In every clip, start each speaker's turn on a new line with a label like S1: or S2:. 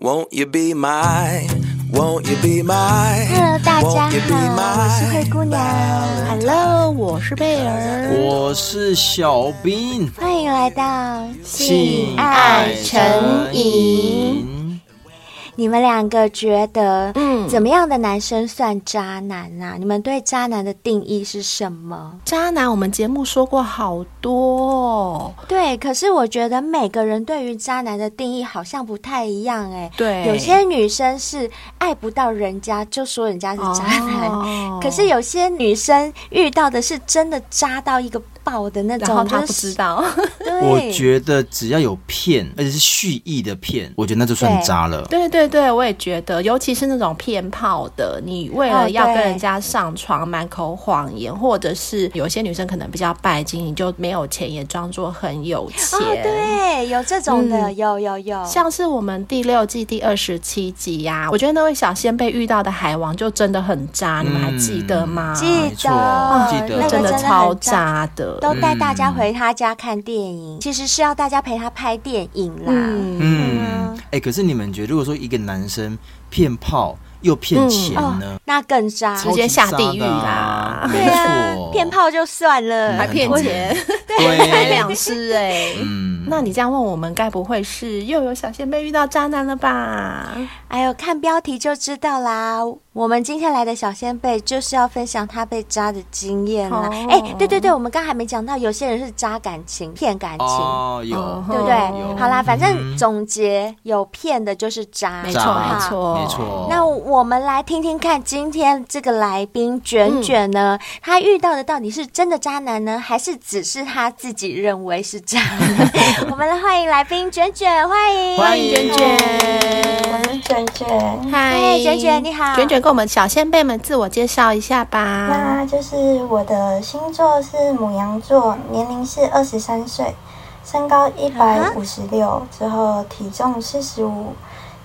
S1: Won't you be my? Won't you be my?
S2: Hello，大家
S1: Won't you be
S2: 好，我是
S1: my
S2: 灰姑娘。Hello，我是贝儿。
S3: 我是小兵，
S2: 欢迎来到瘾。
S3: 瘾。
S2: 你们两个觉得，嗯，
S4: 嗯
S2: 怎么样的男生算渣男啊？你们对渣男的定义是什么？
S4: 渣男，我们节目说过好多、哦，
S2: 对，可是我觉得每个人对于渣男的定义好像不太一样哎、
S4: 对
S2: 有些女生是爱不到人家就说人家是渣男，
S4: 哦
S2: 可是有些女生遇到的是真的渣到一个爆的那种，
S4: 然后他
S2: 就
S4: 不知
S2: 是
S4: 道，
S2: 对，
S3: 我觉得只要有骗，而且是蓄意的骗，我觉得那就算渣了。
S4: 对对对，我也觉得，尤其是那种骗炮的，你为
S2: 哦
S4: 了要
S2: 对
S4: 跟人家上床，满口谎言，或者是有些女生可能比较拜金，你就没有钱也装作很有钱。
S2: 哦，对，有这种的，
S4: 嗯
S2: 有有有，
S4: 啊像是我们第六季第二十七集呀、我觉得那位小仙贝遇到的海王就真的很渣，你们还嗯记得吗？
S2: 记
S3: 没错
S2: 得，
S3: 记得嗯
S2: 那个
S4: 真
S2: 真
S4: 的
S2: 很
S4: 超渣的。
S2: 都带大家回他家看电影，其实是要大家陪他拍电影啦。
S4: 嗯，
S3: 嗯，哎、可是你们觉得，如果说一个男生骗炮又骗钱呢？
S2: 哦，那更渣。
S3: 超
S4: 直接
S3: 级
S4: 下
S3: 渣
S4: 地狱
S3: 的啊
S4: 啦
S3: 没
S2: 对啊
S3: 错，，嗯
S2: 骗炮就算了，
S4: 还骗钱，才
S3: 对，
S4: 两失哎、
S3: 嗯，
S4: 那你这样问我们，该不会是又有小仙贝遇到渣男了吧？
S2: 哎呦，看标题就知道啦。我们今天来的小先辈就是要分享他被渣的经验啦
S4: 哦。
S2: 哎、对对对，我们刚还没讲到，有些人是渣感情、骗感情。
S3: 哦，有，
S2: 对不对？
S4: 哦
S2: 好啦，反正
S3: 嗯
S2: 总结有骗的就是渣，
S4: 没
S3: 渣
S4: 错，
S2: 好
S4: 没错，
S3: 没。错，
S2: 哦那我们来听听看，今天这个来宾卷卷呢，他遇到的到底是真的渣男呢，还是只是他自己认为是渣男？我们来欢迎来宾卷卷，欢迎，
S3: 欢迎
S4: 卷卷，
S5: 卷卷，
S4: 嗨
S2: 嗨，卷卷你好
S4: 卷卷跟我们小先辈们自我介绍一下吧。
S5: 那就是我的星座是母羊座，年龄是二十三岁，身高一百五十六，之后体重四十五，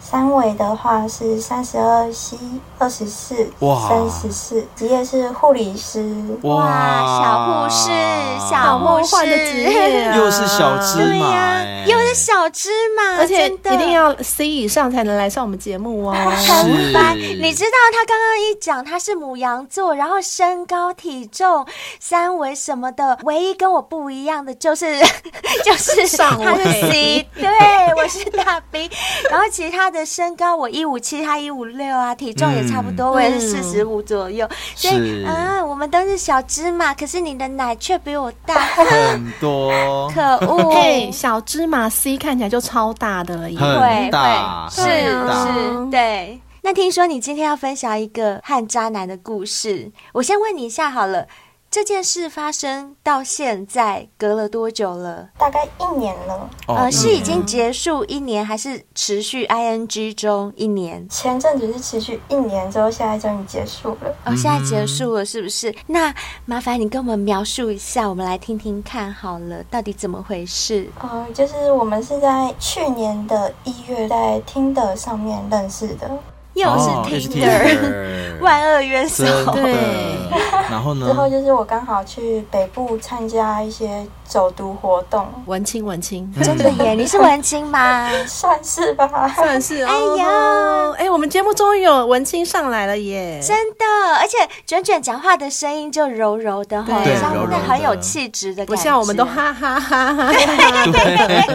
S5: 三围的话是三十二 C 二十四
S3: 哇
S5: 三十四，职业是护理师。
S2: 哇，小护士，小
S4: 好
S2: 护
S4: 梦幻的职业
S2: 士，
S4: 啊
S3: 又是小芝
S2: 对
S3: 麻、
S2: 呀
S3: 哎，
S2: 又是小芝麻，
S4: 而且
S2: 真的
S4: 一定。要 C 以上才能来上我们节目哦。
S2: 很烦，
S3: 是
S2: 你知道他刚刚一讲他是母羊座，然后身高体重、三围什么的，唯一跟我不一样的就是 就是
S4: 上围
S2: 他是 C，对我是大 B，然后其他的身高我一五七，他一五六啊，体重也差不
S4: 嗯
S2: 多，我也是四十五左右，所以
S3: 是
S2: 啊，我们都是小芝麻，可是你的奶却比我 大，
S3: 很多，
S2: 可恶。
S4: 嘿，小芝麻 C 看起来就超大的了耶。
S3: 很
S2: 会
S3: 大
S2: 会是
S3: 很
S4: 大
S2: 是，对。那听说你今天要分享一个和渣男的故事，我先问你一下好了，这件事发生到现在隔了多久了？
S5: 大概一年了，
S3: 哦
S2: 呃，是已经结束一年，还是持续 ing 中一年？
S5: 前阵子是持续一年，之后现在终于结束了。
S3: 嗯
S2: 哦，现在结束了是不是？那麻烦你跟我们描述一下，我们来听听看好了，到底怎么回事？
S5: 呃，就是我们是在去年的一月在 Tinder 上面认识的，
S2: 又是
S3: 哦又
S2: Tinder，、万 恶元首
S3: 真。的
S4: 对。
S3: 然后 呢
S5: 之？后就是我刚好去北部参加一些走读活动，
S4: 文青文青，
S2: 真的耶，你是文青吗？
S5: 算是吧。
S4: 算是。
S2: 哎呀
S4: 哦哎，我们节目终于有文青上来了耶！
S2: 真的，而且卷卷讲话的声音就柔柔的哈，
S4: 对
S2: 像
S3: 柔柔
S2: 那
S3: 的
S2: 很有气质的感觉。
S4: 不像我们都哈哈哈哈哈哈。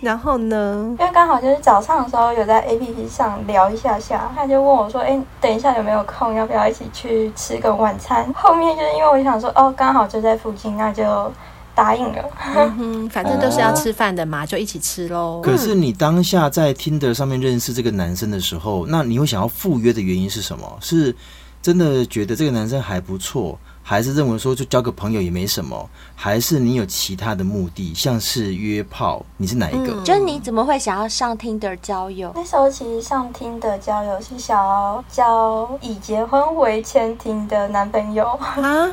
S4: 然后呢？
S5: 因为刚好就是早上的时候有在 A P P 上聊一下下，他就问我说：“哎、等一下有没有空？要不要一起去吃个晚餐？”后面就是因为我想说，哦，刚好就在附近，那就答应了。
S4: 嗯哼，反正都是要吃饭的嘛，就一起吃喽。
S3: 可是你当下在 Tinder 上面认识这个男生的时候，那你会想要赴约的原因是什么？是真的觉得这个男生还不错，还是认为说就交个朋友也没什么？还是你有其他的目的，像是约炮？你是哪一个？
S2: 就是你怎么会想要上 Tinder 交 友？
S5: 那时候其实上听的交友是想要交以结婚为前提的男朋友。
S4: 啊，
S2: 啊，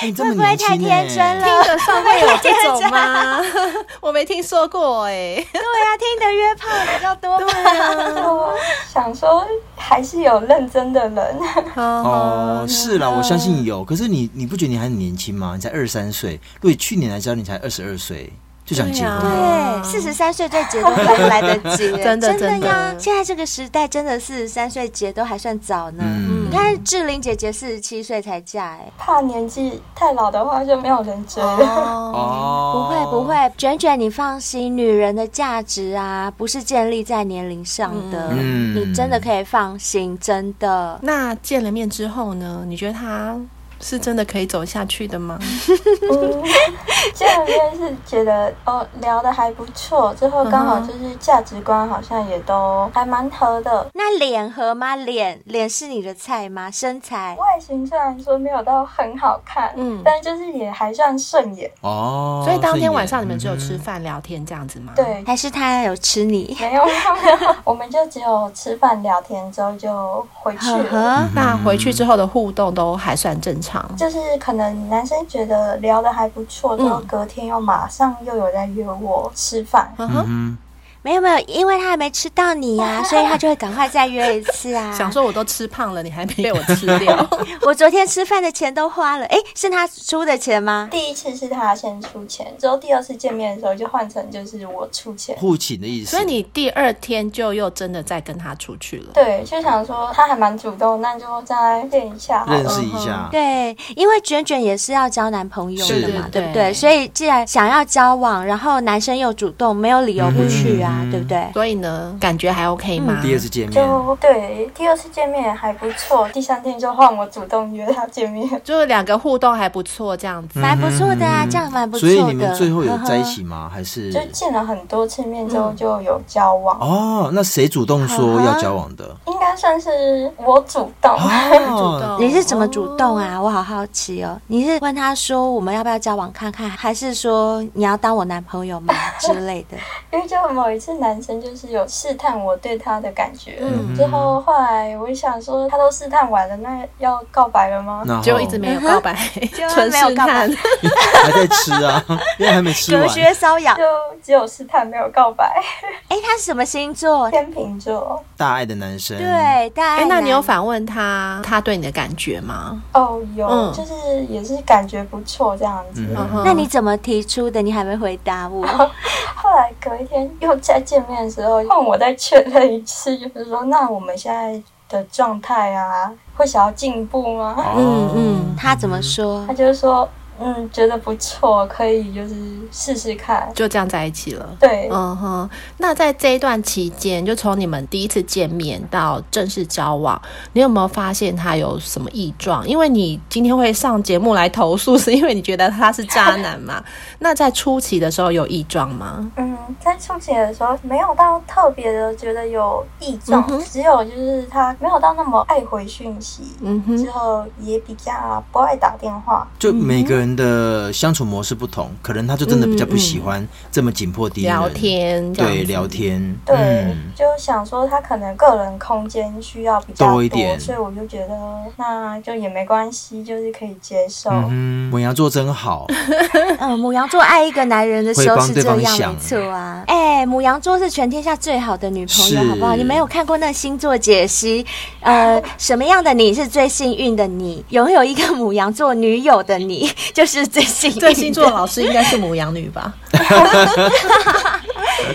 S3: 哎你这
S2: 会
S3: 么
S2: 不会太
S3: 年轻
S2: 天真
S3: 欸
S4: 听
S2: 了？
S4: 得上会有这种吗？ 我没听说过哎、
S2: 对呀、啊、，Tinder 约炮比较多
S3: 啊
S2: 吧。
S5: 就想说还是有认真的人，
S3: 哦，是啦，我相信有。可是你，你不觉得你还很年轻吗？你才二三岁。如果以去年来教，你才二十二岁。就想结婚
S4: 对
S3: 了。
S4: 啊，
S2: 对，四十三岁再结婚还来得及
S4: 真的
S2: 真
S4: 真的
S2: 呀！现在这个时代，真的四十三岁结都还算早呢。
S3: 嗯
S2: 你看志玲姐姐四十七岁才嫁、哎，
S5: 怕年纪太老的话就没有人追 了。
S4: 哦，
S2: 不
S3: 哦
S2: 会不，会，卷卷你放心，女人的价值啊，不是建立在年龄上的，
S3: 嗯
S2: 你真的可以放心，真的。
S4: 那见了面之后呢？你觉得他是真的可以走下去的吗？
S5: 嗯，见面是觉得哦聊的还不错，之后刚好就是价值观好像也都还蛮合的。
S2: 那脸合吗？脸脸是你的菜吗？身材？
S5: 外形虽然说没有到很好看，
S4: 嗯
S5: 但就是也还算顺眼。
S3: 哦，
S4: 所以当天
S3: 也
S4: 晚上你们只有吃饭聊天这样子吗？，
S5: 对，
S2: 还是他有吃你？
S5: 没有没有没有，我们就只有吃饭聊天之后就回去
S2: 呵
S5: 了。
S2: 呵，
S4: 那回去之后的互动都还算正常。
S5: 就是可能男生觉得聊的还不错，之后
S4: 嗯
S5: 隔天又马上又有在约我吃饭，
S4: 嗯
S3: 嗯
S4: 哼，
S3: 哼
S2: 没有没有，因为他还没吃到你呀、所以他就会赶快再约一次
S3: 嗯
S2: 啊。
S4: 想说我都吃胖了，你还没被我吃掉。
S2: 我昨天吃饭的钱都花了，诶，是他出的钱吗？
S5: 第一次是他先出钱，之后第二次见面的时候就换成就是我出钱。
S3: 互请的意思。
S4: 所以你第二天就又真的再跟他出去了。
S5: 对，就想说他还蛮主动，那就再练一下好
S3: 认
S5: 了。
S3: 识一
S4: 哦
S3: 下，
S2: 对，因为卷卷也是要交男朋友的嘛，
S4: 是
S2: 对不
S4: 对
S2: 对？所以既然想要交往，然后男生又主动，没有理由不去啊，
S3: 嗯
S2: 对不对？
S4: 所以呢，感觉还
S2: 嗯
S4: OK 吗？
S3: 第二次见面，
S5: 就对，第二次见面还不错，第三天就换我主动约他见面。
S4: 就是两个互动还不错，这样子。
S2: 蛮不错的
S3: 嗯
S2: 啊，这样蛮不错
S3: 所
S2: 的。
S3: 以你们最后有在一起
S2: 呵
S3: 吗？还是
S5: 就见了很多次面之后就有交往，
S3: 哦？那谁主动
S4: 啊
S3: 说要交往的？
S5: 应该算是我主动。
S4: 主
S3: 哦，
S2: 呵？
S4: 动
S2: 你是怎么主动？啊？我好好奇哦。你是问他说我们要不要交往看看，还是说你要当我男朋友 吗之类的？
S5: 因为就某一次男生就是有试探我对他的感觉，
S4: 嗯
S5: 之后后来我就想说他都试探完了，那要告白了吗？
S3: 然后
S4: 结哦果一直没有告白，
S2: 果
S4: 纯
S2: 嗯没有
S4: 试
S2: 告白
S4: 探。
S3: 还在吃 啊，因为还没吃
S2: 隔
S3: 完。
S2: 靴搔痒。
S5: 就只有试探没有告白。
S2: 诶，他是什么星座？
S5: 天秤座
S3: 大爱的男生，，
S2: 对，大
S4: 哎、
S2: 爱
S4: 那你有
S2: 男
S4: 反问他他对你的感觉吗？
S5: 哦，有、
S4: 嗯
S5: 就是也是感觉不错这样子。
S3: 嗯
S4: 嗯哼
S2: 那你怎么提出的？你还没回答我。
S5: 后来隔一天又再见面的时候，换我再确认一次，就是说，那我们现在的状态啊，会想要进步吗？
S3: 哦，
S4: 嗯
S2: 他怎么说
S5: 他？就说，嗯，觉得不错，可以就是试试看。
S4: 就这样在一起了。
S5: 对，
S4: 嗯哼，那在这一段期间，就从你们第一次见面到正式交往，你有没有发现他有什么异状？因为你今天会上节目来投诉， 是因为你觉得他是渣男嘛？那在初期的时候有异状 吗？
S5: 嗯，在初期的时候没有到特别的觉得有异状，
S4: 嗯哼
S5: 只有就是他没有到那么爱回讯息，
S4: 嗯哼
S5: 之，后也比较不爱打电话。
S3: 就每个人的相处模式不同，可能他就真的比较不喜欢这么紧迫的
S4: 嗯聊，天这样
S3: 对，
S4: 子
S3: 聊天，
S5: 对，
S3: 嗯
S5: 就想说他可能个人空间需要比较
S3: 多一点
S5: 所以我就觉得那就也没关系，就是可以接受。
S3: 嗯哼，母羊座真好，
S2: 嗯，母羊座爱一个男人的时候
S3: 会帮
S2: 是这
S3: 对方
S2: 样，
S3: 想
S2: 没错啊。哎、母羊座是全天下最好的女朋友，
S3: 是
S2: 好不好？你没有看过那星座解析？呃，什么样的你是最幸运的你？拥有一个母羊座女友的你， 就是最幸 运的
S4: 这星座老师应该是母羊女吧？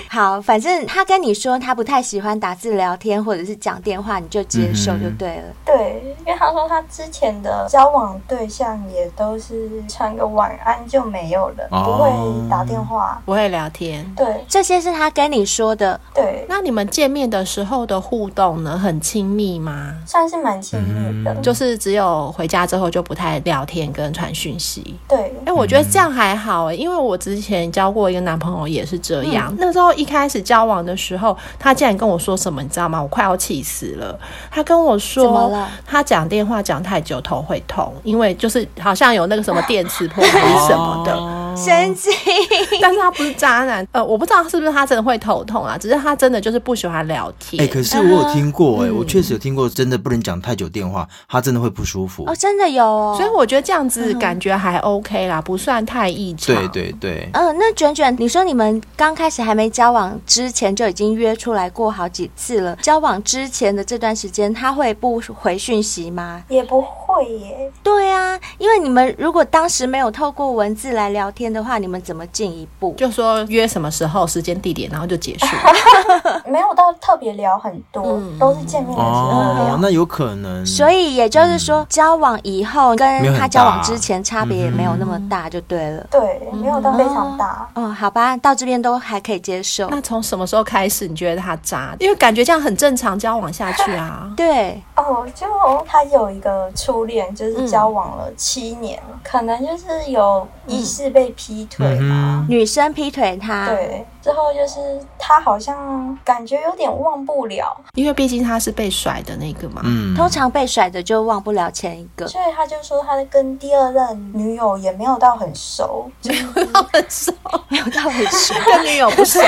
S2: 好，反正他跟你说他不太喜欢打字聊天或者是讲电话，你就接受
S3: 嗯哼
S2: 就对了。
S5: 对，因为他说他之前的交往对象也都是传个晚安就没有了，
S3: 哦
S5: 不会打电话。
S4: 不会聊天。
S5: 对
S2: 这些是他跟你说的，
S5: 对，
S4: 那你们见面的时候的互动呢，很亲密吗？
S5: 算是蛮亲
S3: 嗯
S5: 密的。
S4: 就是只有回家之后就不太聊天跟传讯息。
S5: 对
S4: 哎、，我觉得这样还好哎、因为我之前交过一个男朋友也是这样。那时候一开始交往的时候，他竟然跟我说什么，你知道吗？我快要气死了。他跟我
S2: 怎么
S4: 说
S2: 了，
S4: 他讲电话讲太久头会痛，因为就是好像有那个什么电磁波还是什么的。
S2: 生气。
S4: 但是他不是渣男，呃，我不知道是不是他真的会头痛啊，只是他真的就是不喜欢聊天。
S3: 哎、可是我有听过、哎、我确实有听过，真的不能讲太久电话，他真的会不舒服。
S2: 哦，真的有哦。
S4: 所以我觉得这样子感觉还 OK 啦，不算太异常。
S3: 对对对，
S2: 嗯，那卷卷，你说你们刚开始还没交往之前就已经约出来过好几次了。交往之前的这段时间，他会不回讯息吗？
S5: 也不会耶。
S2: 对啊，因为你们如果当时没有透过文字来聊天的话，你们怎么进一步？
S4: 就说约什么时候、时间、地点，然后就结束。
S5: 没有到特别聊很多，都是见面的时候聊。
S3: 哦，那有可能。
S2: 所以也就是说，交往以后跟
S3: 没有很
S2: 他
S3: 大
S2: 交往之前差别也没有那么大，就对了。
S5: 对，没有到非常大。
S2: 哦，好吧，到这边都还可以接受。。
S4: 那从什么时候开始你觉得他渣？因为感觉这样很正常，交往下去啊
S2: 对，
S5: 哦，就他有一个初恋，就是交往了七年，可能就是有疑似被劈腿吧。
S2: 女生劈腿他，
S5: 对，之后就是他好像感觉有点忘不了，
S4: 因为毕竟他是被甩的那个嘛。
S3: 嗯，
S2: 通常被甩的就忘不了前一个。
S5: 所以他就说他跟第二任女友也没有到很熟，就是
S4: 很熟，
S2: 没有到 很熟，
S4: 跟女友不熟，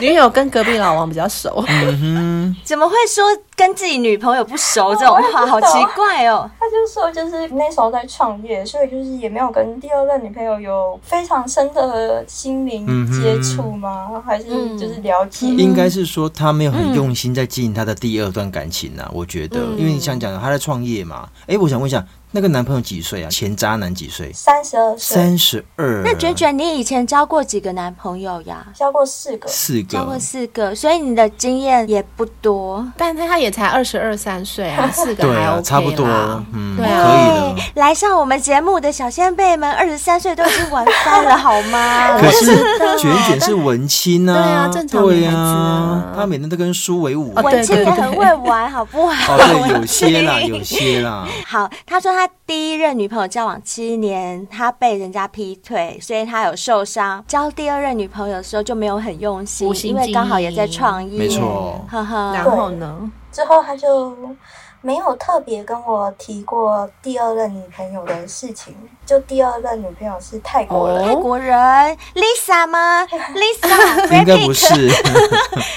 S4: 女友跟隔壁老王比较熟。
S3: 嗯
S2: 怎么会说跟自己女朋友不熟
S4: 哦
S2: 这种话？好奇怪哦。
S5: 他就说，就是那时候在创业，所以就是也没有跟第二任女朋友有非常深的心灵接触吗？还是就是了解？
S3: 哼，应该是说他没有很用心在经营他的第二段感情啊，我觉得，因为你想讲的他在创业嘛，哎、我想问一下，那个男朋友几岁啊？前渣男几岁？
S5: 三十二岁，
S3: 三十二。
S2: 那卷卷，你以前交过几个男朋友呀？
S5: 交过四个，
S3: 四
S2: 交过
S3: 个，
S2: 四个，所以你的经验也不多。
S4: 但他他也才二十二三岁啊，四个
S3: 对
S4: 还 OK
S3: 啊，
S4: 啦
S3: 差不多，嗯，
S4: 对
S3: 可
S4: 啊，
S3: 以了。
S2: 来上我们节目的小先辈们，二十三岁都已经玩翻了，好 吗？
S3: 可是卷卷是文青呐、
S4: 对啊正常
S3: 对
S4: 女孩子啊
S3: 啊，她每天都跟书为伍、
S4: 哦对
S2: 文青也很会玩，好不好？
S3: 哦对，有些 啦，
S2: 文青
S3: 有些啦，
S2: 好，他说他第一任女朋友交往七年，他被人家劈腿，所以他有受伤。交第二任女朋友的时候就没有很用心
S4: 无，心
S2: 因为
S4: 经
S2: 刚好也在
S4: 营
S2: 创业，
S3: 没错
S2: 呵
S4: 然
S2: 呵。
S4: 后呢？
S5: 之后他就没有特别跟我提过第二任女朋友的事情，就第二任女朋友是泰国人，
S2: 泰国人 Lisa 吗？Lisa，
S3: 应该不是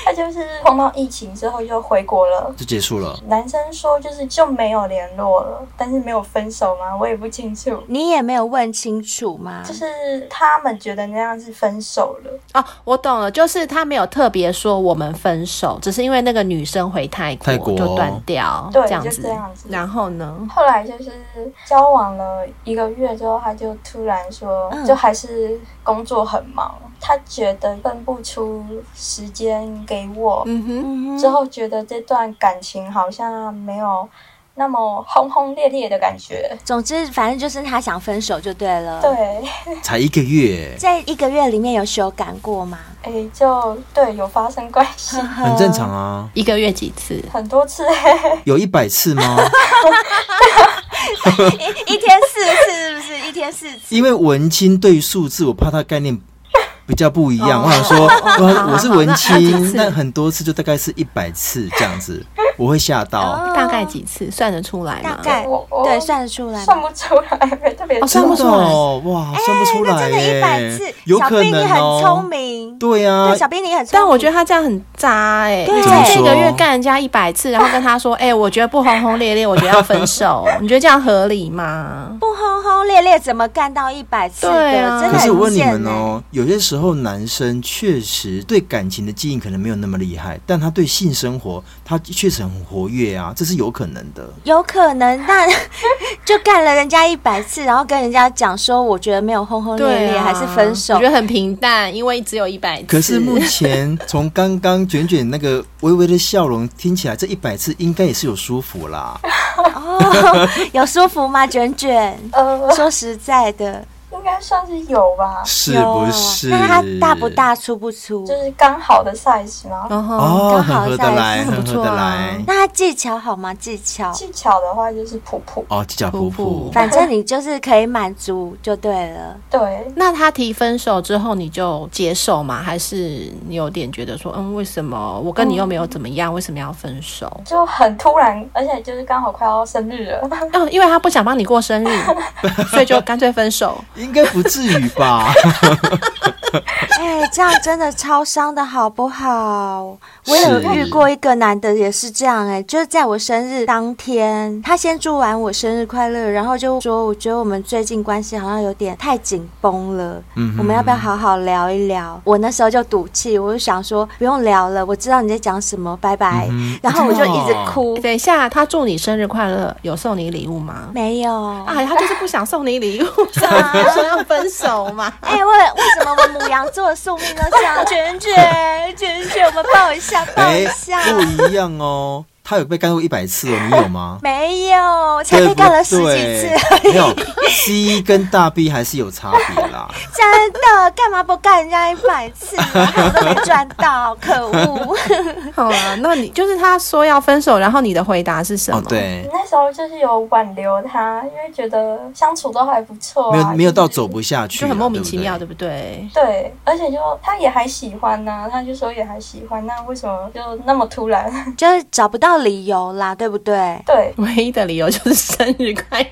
S5: 他就是碰到疫情之后就回国了。
S3: 就结束了。
S5: 男生说就是就没有联络了，但是没有分手吗？我也不清楚。
S2: 你也没有问清楚吗？
S5: 就是他们觉得那样是分手了，
S4: 哦，我懂了，就是他没有特别说我们分手，只是因为那个女生回泰国
S3: 泰国
S4: 就断掉，
S5: 对
S4: 这样
S5: 就
S4: 子
S5: 这样子
S4: 然后呢？
S5: 后来就是交往了一个月之后，他就突然说，
S2: 嗯
S5: 就还是工作很忙，他觉得分不出时间给我，
S4: 嗯哼，
S2: 嗯哼
S5: 之后觉得这段感情好像没有那么轰轰烈烈的感
S3: 嗯
S5: 觉。
S2: 总之，反正就是他想分手就对了。，
S5: 对，
S3: 才一个月，
S2: 在一个月里面有修改过 吗？
S5: 哎，就对，有发生关系
S3: 很正常啊。
S4: 一个月几次？
S5: 很多次，
S3: 有一百次吗？
S2: 一一天四次是不是？一天四次？
S3: 因为文青对数字，我怕他概念比较不一样。
S4: 哦
S3: 我想说，
S4: 好
S3: 我我是文
S4: 那那几
S3: 青，
S4: 次
S3: 那很多次就大概是一百次这样子，我会吓到。
S4: 大概几次啊算得出来吗？
S2: 嗯哦大概
S5: 我我
S2: 对算得出来
S5: 算
S2: 吗？
S5: 不出来，没特别
S4: 哦
S5: 记
S4: 算不出来
S3: 真的哦，哇，算不出
S2: 那
S3: 来
S2: 真的
S3: 耶，
S2: 一百次，
S3: 有
S2: 小
S3: 可
S2: 兵
S3: 能
S2: 你很聪
S3: 哦。
S2: 明，
S3: 对呀
S2: 对，，小兵你很聪明，
S4: 但我觉得他这样很渣哎、欸，
S2: 对
S4: 你
S2: 怎么
S4: 这
S3: 说
S4: 个月干人家一百次，然后跟他 说，哎、我觉得不轰轰烈烈，我觉得要分手，你觉得这样合理吗？
S2: 不轰轰烈烈怎么干到一百次的？
S4: 对啊
S2: 真的
S3: 可是我
S2: 很
S3: 问你
S2: 贱
S3: 们
S2: 呢、
S3: 哦，有些时候男生确实对感情的经营可能没有那么厉害，但他对性生活他确实很活跃啊，这是有可能的。
S2: 有可能， 那就干了人家一百次，然后跟人家讲说，我觉得没有轰轰烈
S4: 对
S2: 烈，
S4: 啊，
S2: 还是分手
S4: 我觉。得很平淡，因为只有一百次。
S3: 可是目 前从刚刚卷卷那个微微的笑容，听起来这一百次应该也是有舒服啦。
S2: 哦， 有舒服吗？卷卷，
S5: 呃，
S2: 说实在的，
S5: 应该算是有吧，
S3: 是
S2: 有
S3: 不
S2: 啊
S3: 是？
S2: 那它大不？大，粗不粗？
S5: 就是刚好的 size 吗？
S4: 然后、
S3: 哦，
S2: 刚好
S3: 很合
S2: 在
S3: 得来，
S4: 很
S3: 很
S4: 不
S3: 合
S4: 错
S3: 得
S4: 啊
S3: 来。
S2: 那它技巧好吗？技巧，
S5: 技巧的话就是普普，
S3: 哦，技巧
S4: 普
S3: 普
S4: 普
S3: 普，
S2: 反正你就是可以满足就对了。
S5: 对，
S4: 那他提分手之后，你就接受吗？还是你有点觉得说，嗯，为什么我跟你又没有怎么样，为什么要分 手？
S5: 就很突然，而且就是刚好快要生日了，
S4: 哦，因为他不想 帮你过生日，所以就干脆分手。
S3: 应该不至于吧？
S2: 哎，这样真的超伤的好不好？我有遇过一个男的也是这样、哎，就是在我生日当天，他先祝完我生日快乐，然后就说我觉得我们最近关系好像有点太紧绷了，
S3: 嗯哼
S2: 我们要不要好好聊一聊？我那时候就赌气，我就想说不用聊了，我知道你在讲什么，拜拜。
S3: 嗯哼
S2: 然后我就一直 哭，
S4: 等一下，他祝你生日快乐，有送你礼物吗？
S2: 没有
S4: 啊，他就是不想送你礼物， 所以说要分手嘛。
S2: 哎、我为什么我母羊座的宿 命都这样？啊卷卷卷卷，我们抱一下，抱一
S3: 哎、
S2: 下。？
S3: 不一样哦。他有被干过一百次哦，你有吗
S2: 没有，才
S3: 对
S2: 被
S3: 不
S2: 干了十几
S3: 对
S2: 次，
S3: 没有 C 跟大 B 还是有差别啦。
S2: 真的，干嘛不干人家一百次啊？害我都没赚到，可恶！
S4: 好啊，那你就是他说要分手，然后你的回答是什么？
S3: 哦，，对，
S5: 那时候就是有挽留他，因为觉得相处都还不错、啊，
S3: 没有没有到
S5: 就是
S3: 走不下去
S4: 就
S3: 啦，
S4: 很莫名其妙， 对
S3: 对
S4: 不对？
S5: 对，而且就他也还喜欢呐、他就说也还喜欢，那为什么就那么突然？
S2: 就是找不到理由啦，对不对？
S5: 对，
S4: 唯一的理由就是生日快乐。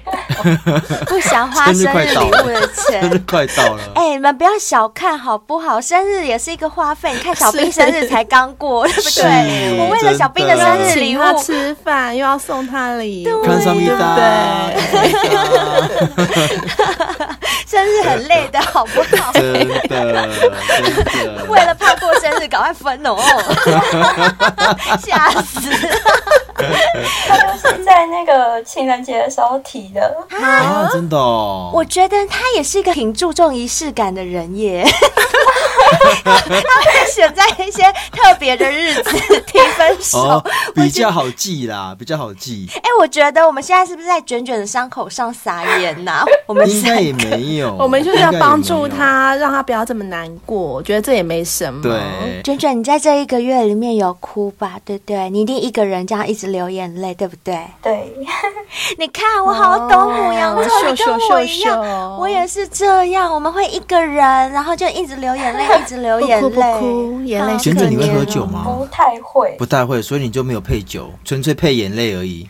S2: 不想花生日礼物的
S3: 不对，生日
S2: 钱。
S3: 快到了。
S2: 哎、你们不要小看好不好？生日也是一个花费。你看小兵
S4: 是
S2: 生日才刚过，对不
S3: 是
S2: 对？我为了小兵的
S3: 真的
S2: 生日礼
S4: 请
S2: 物，
S4: 他吃饭，又要送他礼物，
S3: 看上一
S4: 对不
S3: 大
S4: 对？，
S2: 生日很累的好不 好？
S3: 真的 真的，
S2: 为了怕过生日，赶快分 哦！吓死！
S5: 他就是在那个情人节的时候提的，
S3: 啊，真的哦，
S2: 我觉得他也是一个挺注重仪式感的人 耶。他会选在一些特别的日子 提分手。
S3: 哦
S2: 我
S3: 比
S2: 觉
S3: 较好记啦，比较好记，
S2: 哎、我觉得我们现在是不是在卷卷的伤口上撒盐 呐、我们
S3: 应
S2: 三
S3: 该也没 有，
S4: 我们就是要
S3: 哦应该也
S4: 帮助
S3: 没有，
S4: 他，让他不要这么难过。我觉得这也没什么。
S3: 对，
S2: 卷卷，你在这一个月里面有哭吧？对不对？你一定一个人这样一直流眼泪，对不对？
S5: 对，
S2: 你看，我好懂母羊座，
S4: 哦
S2: 你跟我一
S4: 秀秀秀
S2: 样，我也是这样。我们会一个人，然后就一直流眼泪，一直流
S4: 不
S2: 眼
S4: 哭不
S2: 泪。啊
S4: 哭，眼泪
S2: 好
S4: 是
S3: 卷
S4: 可
S3: 卷你会
S4: 怜
S3: 喝
S4: 哦
S3: 酒？吗
S5: 不？太会
S3: 不。太会，所以你就没有配酒，纯粹配眼泪而已。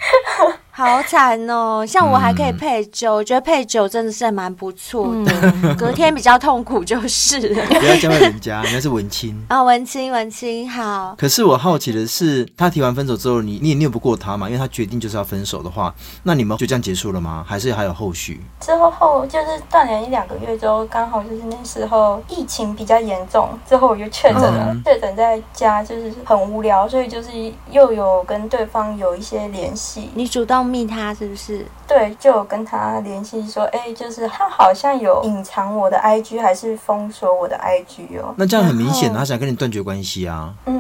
S2: 好惨哦！像我还
S4: 嗯
S2: 可以配酒，我觉得配酒真的是蛮不错
S4: 嗯
S2: 的，隔天比较痛苦就是 了。
S3: 不要教坏人家，人家是文青。
S2: 啊，文青，文青好。
S3: 可是我好奇的是，他提完分手之后，你你也拗不过他嘛？因为他决定就是要分手的话，那你们就这样结束了吗？还是还有后续？
S5: 之后后就是断联一两个月之后，刚好就是那时候疫情比较严重，之后我就确诊了
S3: 嗯，
S5: 确诊在家就是很无聊，所以就是又有跟对方有一些联系，
S2: 你主动密他是不是？
S5: 对，就有跟他联系说，哎、就是他好像有隐藏我的 IG，还是封锁我的 IG 哦。
S3: 那这样很明显
S2: 然
S3: 啊，
S2: 后
S3: 他想跟你断绝关系啊。
S5: 嗯，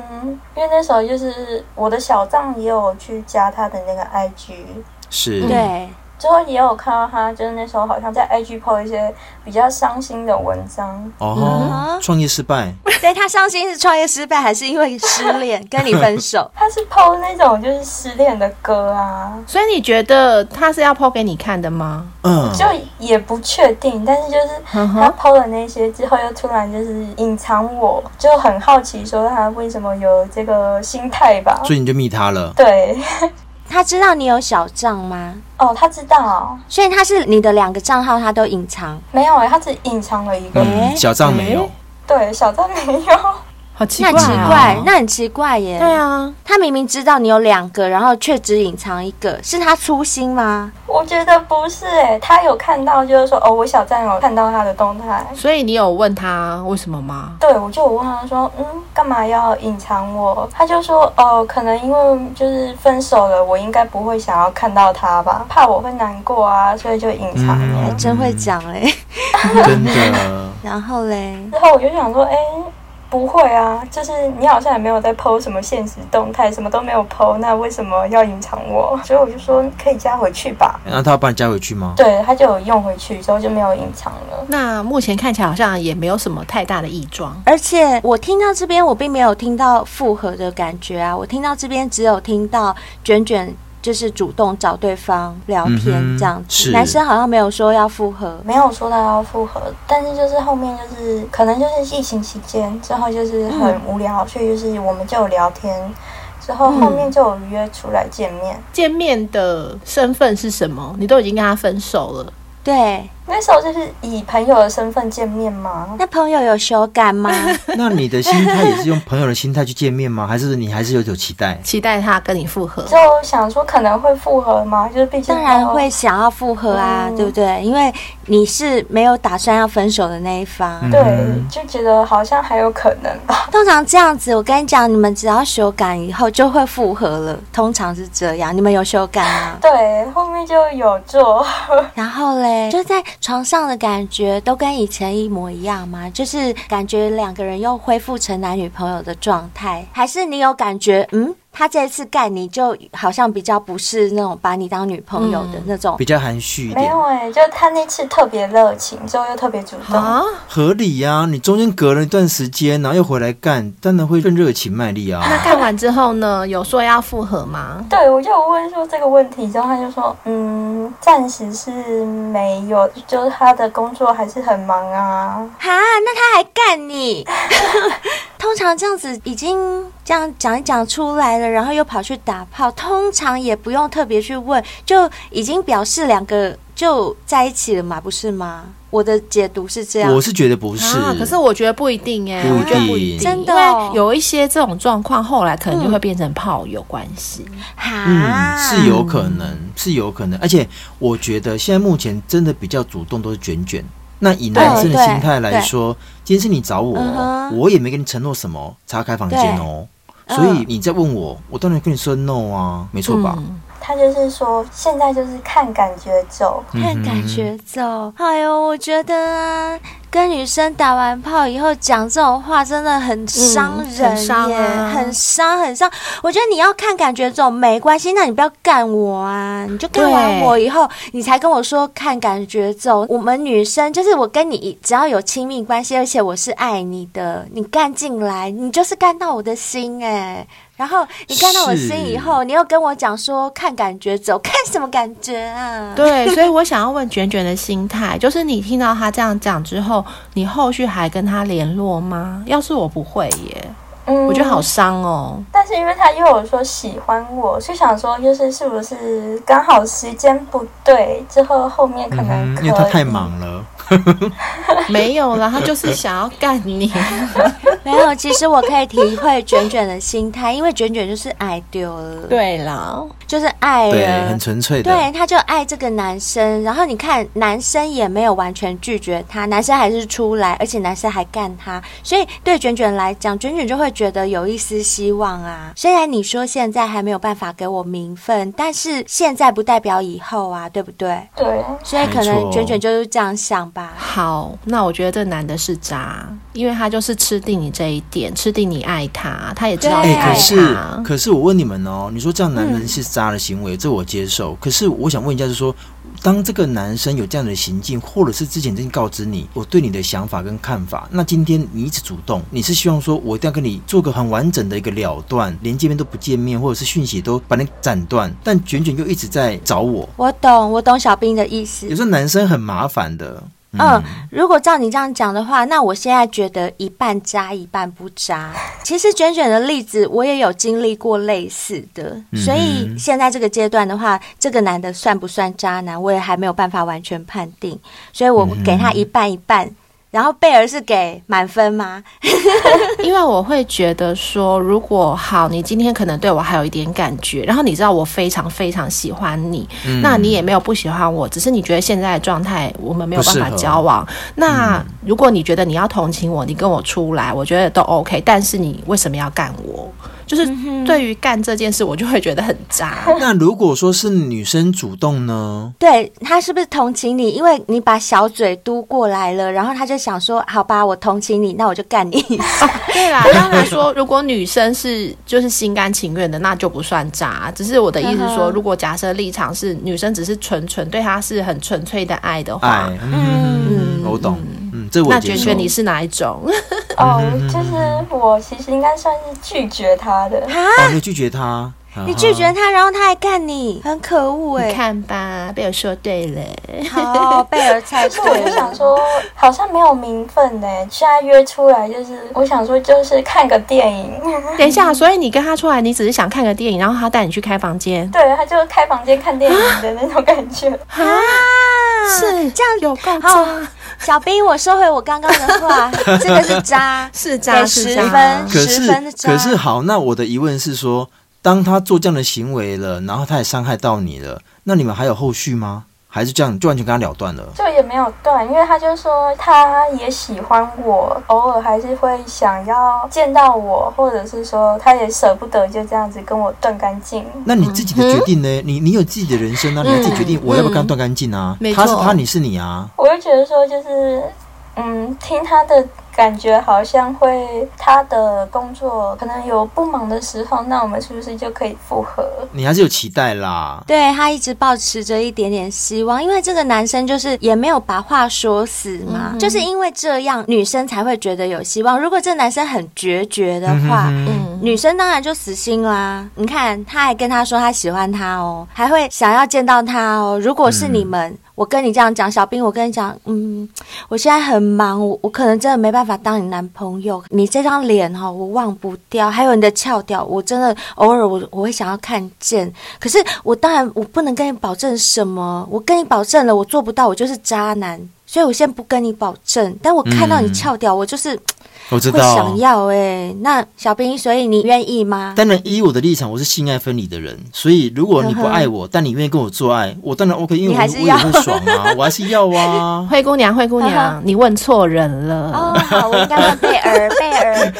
S5: 因为那时候就是我的小账也有去加他的那个 IG，
S4: 嗯
S3: 是，
S2: 对，
S5: 之后也有看到他，就是那时候好像在 IG po 一些比较伤心的文章。
S3: 哦，
S2: 嗯
S3: 创、业失败，
S2: 所以他伤心是创业失败，还是因为失恋跟你分手？
S5: 他是 PO 那种就是失恋的歌啊，
S4: 所以你觉得他是要剖给你看的吗？
S3: 嗯，
S5: 就也不确定，但是就是
S4: 嗯哼
S5: 他 PO 了那些之后，又突然就是隐藏我，就很好奇说他为什么有这个心态吧。
S3: 所以你就密他了。
S5: 对，
S2: 他知道你有小账吗？
S5: 哦，他知道，
S2: 所以他是你的两个账号，他都隐藏。
S5: 没有哎、他只隐藏了一个，
S3: 嗯，小账没有，
S5: 对，小张没有。
S4: 好奇
S2: 那
S4: 怪、
S2: 很
S4: 啊，
S2: 奇
S3: 哦
S2: 怪，那很奇怪耶。
S4: 对啊，
S2: 他明明知道你有两个，然后却只隐藏一个，是他粗心吗？
S5: 我觉得不是哎、他有看到，就是说哦，我小站有看到他的动态，
S4: 所以你有问他为什么吗？
S5: 对我就有问他说，嗯，干嘛要隐藏我？他就说，哦，可能因为就是分手了，我应该不会想要看到他吧，怕我会难过啊，所以就隐藏了。
S3: 嗯
S2: 真会讲嘞、
S3: 真的。
S2: 然后嘞，
S5: 之后我就想说，哎、不会啊，就是你好像也没有在 PO 什么现实动态，什么都没有 PO，那为什么要隐藏我？所以我就说可以加回去吧。
S3: 那他要帮你加回去吗？
S5: 对，他就有用回去之后就没有隐藏了。
S4: 那目前看起来好像也没有什么太大的异状。
S2: 而且我听到这边，我并没有听到复合的感觉啊，我听到这边只有听到卷卷就是主动找对方聊天
S3: 嗯哼
S2: 这样子，
S3: 是
S2: 男生好像没有说要复合。
S5: 没有说到要复合，但是就是后面就是可能就是疫情期间之后就是很无聊，所以就是我们就有聊天，之后后面就有约出来见面。
S4: 见面的身份是什么？你都已经跟他分手了，
S2: 对，
S5: 那时候就是以朋友的身份见面嘛，
S2: 那朋友有修改 吗？
S3: 那你的心态也是用朋友的心态去见面吗？还是你还是有有期待？
S4: 期待他跟你复合。
S5: 就想说可能会复合嘛，就是毕竟
S2: 当然会想要复合啊，
S3: 哦
S5: 嗯
S2: 对不对？因为你是没有打算要分手的那一方。
S3: 嗯
S5: 对，就觉得好像还有可能吧。？
S2: 通常这样子，我跟你讲，你们只要修改以后就会复合了，通常是这样。你们有修改吗
S5: 对，后面就有做，
S2: 然后嘞，就在床上的感觉都跟以前一模一样吗？就是感觉两个人又恢复成男女朋友的状态，还是你有感觉，嗯，他这次干你就好像比较不是那种把你当女朋友的那种
S3: 比较含蓄一
S5: 没
S3: 点，
S5: 有哎、就他那次特别热情，之后又特别主动。
S4: 啊，
S3: 合理呀、你中间隔了一段时间，然后又回来干，当然会更热情卖力 啊。
S4: 那干完之后呢？有说要复合吗？
S5: 对，我就有问说这个问题，之后他就说，嗯，暂时是没有，就是他的工作还是很忙啊。
S2: 哈，那他还干你？ 通常这样子已经这样讲一讲出来了，然后又跑去打炮，通常也不用特别去问，就已经表示两个就在一起了嘛，不是吗？我的解读是这样
S3: 我。是觉得不是，
S4: 啊，可是我觉得不一定哎、
S3: 不一定
S4: 我觉得不一定，
S2: 真的哦
S4: 因为有一些这种状况，后来可能就会变成炮友关系。
S2: 哈、
S3: 嗯，是有可能，是有可能。而且我觉得现在目前真的比较主动都是卷卷。那以男生的
S2: 对
S3: 心态来
S2: 对
S3: 说，今天是你找我
S2: 嗯
S3: 哦，
S2: 哼
S3: 我也没跟你承诺什么，查开房间哦。
S2: 对
S3: 所以你在问我，我当然跟你说 no 啊，没错吧？
S4: 嗯
S5: 他就是说，现在就是看感觉走。
S4: 嗯
S2: 看感觉走。哎呦，我觉得啊，跟女生打完炮以后讲这种话真的很伤
S4: 嗯
S2: 人
S4: 很伤
S2: 耶，
S4: 啊
S2: 很伤很伤。我觉得你要看感觉走没关系，那你不要干我啊！你就干完
S4: 对
S2: 我以后，你才跟我说看感觉走。我们女生就是我跟你只要有亲密关系，而且我是爱你的，你干进来，你就是干到我的心哎。然后你干到我
S3: 是
S2: 心以后，你又跟我讲说看感觉走，看什么感觉啊？
S4: 对，所以我想要问卷卷的心态， 就是你听到他这样讲之后，你后续还跟他联络吗？要是我不会耶，
S5: 嗯，
S4: 我觉得好。伤 哦。
S5: 但是因为他又有说喜欢我，就想说就是是不是刚好时间不对，之后后面可能
S3: 嗯
S5: 可以。
S3: 因为他太忙了，
S4: 没有啦，他就是想要干 你。
S2: 没有，其实我可以体会卷卷的心态，因为卷卷就是爱丢了，，
S4: 对啦，
S2: 就是爱
S3: 对，
S2: 了
S3: 很。纯粹的。
S2: 对，他就爱这个男生，然后你看，男生也没有完全拒绝他，男生还是出来，而且男生还干他，所以对卷卷来讲，卷卷就会觉得有一丝希望啊。虽然你说现在还没有办法给我名分，但是现在不代表以后啊，对不对？
S5: 对，
S2: 所以可
S3: 没
S2: 能
S3: 错
S2: 卷卷就是这样想吧。
S4: 好，那我觉得这男的是渣，因为他就是吃定你这一点，吃定你爱他，他也知道
S2: 对
S4: 你
S3: 哎、
S4: 爱
S3: 可是
S4: 他。嗯
S3: 可是我问你们哦，你说这样男人是渣的行为，这我接受。可是我想问一下，就是说，当这个男生有这样的行径，或者是之前已经告知你我对你的想法跟看法，那今天你一直主动，你是希望说我一定要跟你做个很完整的一个了断，连见面都不见面，或者是讯息都把你斩断，但卷卷又一直在找我，
S2: 我懂，我懂小兵的意思
S3: 有。时候男生很麻烦的。
S2: 嗯，如果照你这样讲的话，那我现在觉得一半渣一半不 渣。其实卷卷的例子，我也有经历过类似
S4: 嗯
S2: 的，所以现在这个阶段的话，这个男的算不算渣男，我也还没有办法完全判定，所以我给
S4: 嗯
S2: 他一半一半。然后贝尔是给满分吗？
S4: 因为我会觉得说，如果好，你今天可能对我还有一点感觉，然后你知道我非常非常喜欢你，那你也没有不喜欢我，只是你觉得现在的状态我们没有办
S3: 不
S4: 法
S3: 适合
S4: 交往。那如果你觉得你要同情我，你跟我出来，我觉得都 OK，但是你为什么要干我？就是对于干这件事，我就会觉得很渣。
S3: 那如果说是女生主动呢？
S2: 对他是不是同情你？因为你把小嘴嘟过来了，然后他就想说：“好吧，我同情你，那我就干你一
S4: 啊
S2: 下。
S4: 哦对啦，当然说，如果女生是就是心甘情愿的，那就不算渣。啊只是我的意思是
S2: 嗯
S4: 说，
S2: 哼
S4: 如果假设立场是女生只是纯纯对他是很纯粹的爱的话，
S3: 哎，嗯，我懂，嗯，这我
S4: 那
S3: 接
S4: 卷
S3: 受。
S4: 卷你是哪一种？
S3: 嗯
S5: 哦，就是我其实应该算是拒绝他的。
S3: 哦，你有拒绝他，
S2: 啊你拒绝他，然后他还干你，很可恶哎、
S4: 你看吧，被我说对了。
S2: 好，哦贝尔 猜
S5: 可是我
S2: 对
S5: 就想
S2: 了。
S5: 说，好像没有名分呢、居然约出来就是，我想说就是看个电影，
S4: 等一下，所以你跟他出来，你只是想看个电影，然后他带你去开房间，
S5: 对，他就开房间看电影的那种感觉。
S2: 啊
S4: 是
S2: 这样
S4: 有够
S2: 好
S4: 渣，，
S2: 小兵，我收回我刚刚的 话，这个是渣，
S4: 是渣
S2: 给
S4: 是
S2: 十
S4: 渣
S2: 分，
S3: 可
S2: 十
S3: 是
S2: 分的渣。
S3: 可是好，那我的疑问是说，当他做这样的行为了，然后他也伤害到你了，那你们还有后续吗？还是这样就完全跟他了断了？
S5: 就也没有断，因为他就说他也喜欢我，偶尔还是会想要见到我，或者是说他也舍不得就这样子跟我断干净。
S3: 那你自己的决定呢？
S2: 嗯
S3: 你你有自己的人生啊，你要自己决定我要不要跟他断干净啊。
S4: 没
S3: 他是
S4: 错
S3: 他，你是你啊。
S5: 我就觉得说，就是嗯，听他的感觉好像会他的工作可能有不忙的时候，那我们是不是就可以复合？
S3: 你还是有期待啦，
S2: 对他一直保持着一点点希望，因为这个男生就是也没有把话说死嘛，就是因为这样，女生才会觉得有希望。如果这男生很决绝的话，
S4: 嗯，
S2: 女生当然就死心啦。你看，他还跟他说他喜欢他哦，还会想要见到他哦。如果是你们，我跟你这样讲，小兵，我跟你讲，嗯，我现在很忙，我我可能真的没办法当你男朋友。你这张脸哈、哦，我忘不掉，还有你的翘掉，我真的偶尔我我会想要看见。可是我当然我不能跟你保证什么，我跟你保证了，我做不到，我就是渣男。所以我先不跟你保证，但我看到你
S3: 嗯
S2: 翘掉，我就是
S3: 我知
S2: 会
S3: 道
S2: 想。要哎、那小兵，所以你愿意吗？
S3: 当然，以我的立场，我是性爱分离的人，所以如果你不爱我，但你愿意跟我做爱，我当然 OK，因为
S2: 嗯你还
S3: 我
S2: 是
S3: 我也
S2: 要
S3: 会爽啊，我还是要啊。
S4: 灰姑娘，灰姑娘，你问错人了。
S2: 嗯哦，好，我应该问贝尔，贝 尔。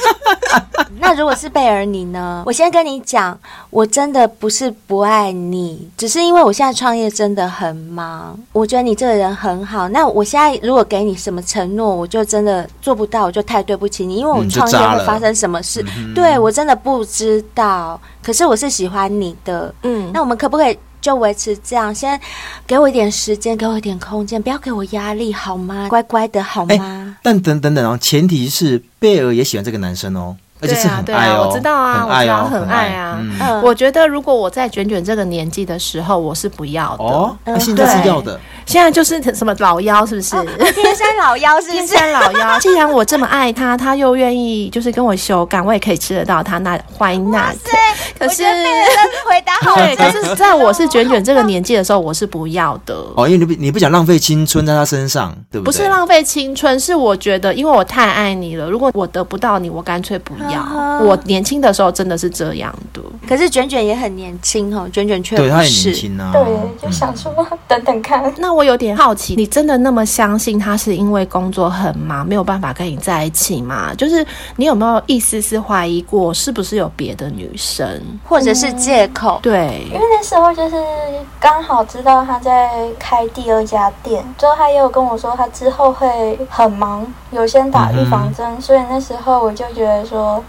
S2: 那如果是贝尔你呢？我先跟你讲，我真的不是不爱你，只是因为我现在创业真的很忙。我觉得你这个人很好，那我现在如果给你什么承诺，我就真的做不到，我就太对不起你，因为我
S3: 嗯就
S2: 创业
S3: 渣
S2: 会
S3: 了嗯
S2: 发生什么事，对我真的不知道。可是我是喜欢你的，
S4: 嗯，
S2: 那我们可不可以就维持这样？先给我一点时间，给我一点空间，不要给我压力好吗？乖乖的好
S3: 哎
S2: 吗？
S3: 但等等等啊，前提是贝尔也喜欢这个男生哦，而且是很
S4: 对啊
S3: 爱
S4: 对啊
S3: 哦，
S4: 我知道啊
S3: 很爱哦，
S4: 我知道很爱啊
S3: 嗯
S2: 嗯
S4: 我觉得如果我在卷卷这个年纪的时候，我是不要的。
S3: 哦，那
S2: 嗯
S3: 现在是要的，
S4: 现在就是什么老妖，是不
S2: 哦
S4: 是？
S2: 天山老妖是
S4: 天
S2: 不是？
S4: 山老妖，既然我这么爱他，他又愿意就是跟我修改，我也可以吃得到他，那 why not？可是
S2: 我觉得贝尔的回答好啊
S4: 对，可
S2: 真
S4: 是在我是卷卷这个年纪的时候，我是不要的。
S3: 哦，因为你不你不想浪费青春在他身上，对
S4: 不
S3: 对？
S4: 是浪费青春，是我觉得，因为我太爱你了。如果我得不到你，我干脆不要。
S2: 啊
S4: 我年轻的时候真的是这样的，
S2: 可是卷卷也很年轻哦，卷卷却
S3: 对，他
S2: 不
S3: 也年
S2: 是。
S3: 轻啊，
S5: 对，就想说 等等看。
S4: 那我有点好奇，你真的那么相信他是因为工作很忙没有办法跟你在一起吗？就是你有没有一丝丝怀疑过，是不是有别的女生？
S2: 或者是借口，
S4: 对，
S5: 因为那时候就是刚好知道他在开第二家店，之后他也有跟我说他之后会很忙，有先打预防针，所以那时候我就觉得说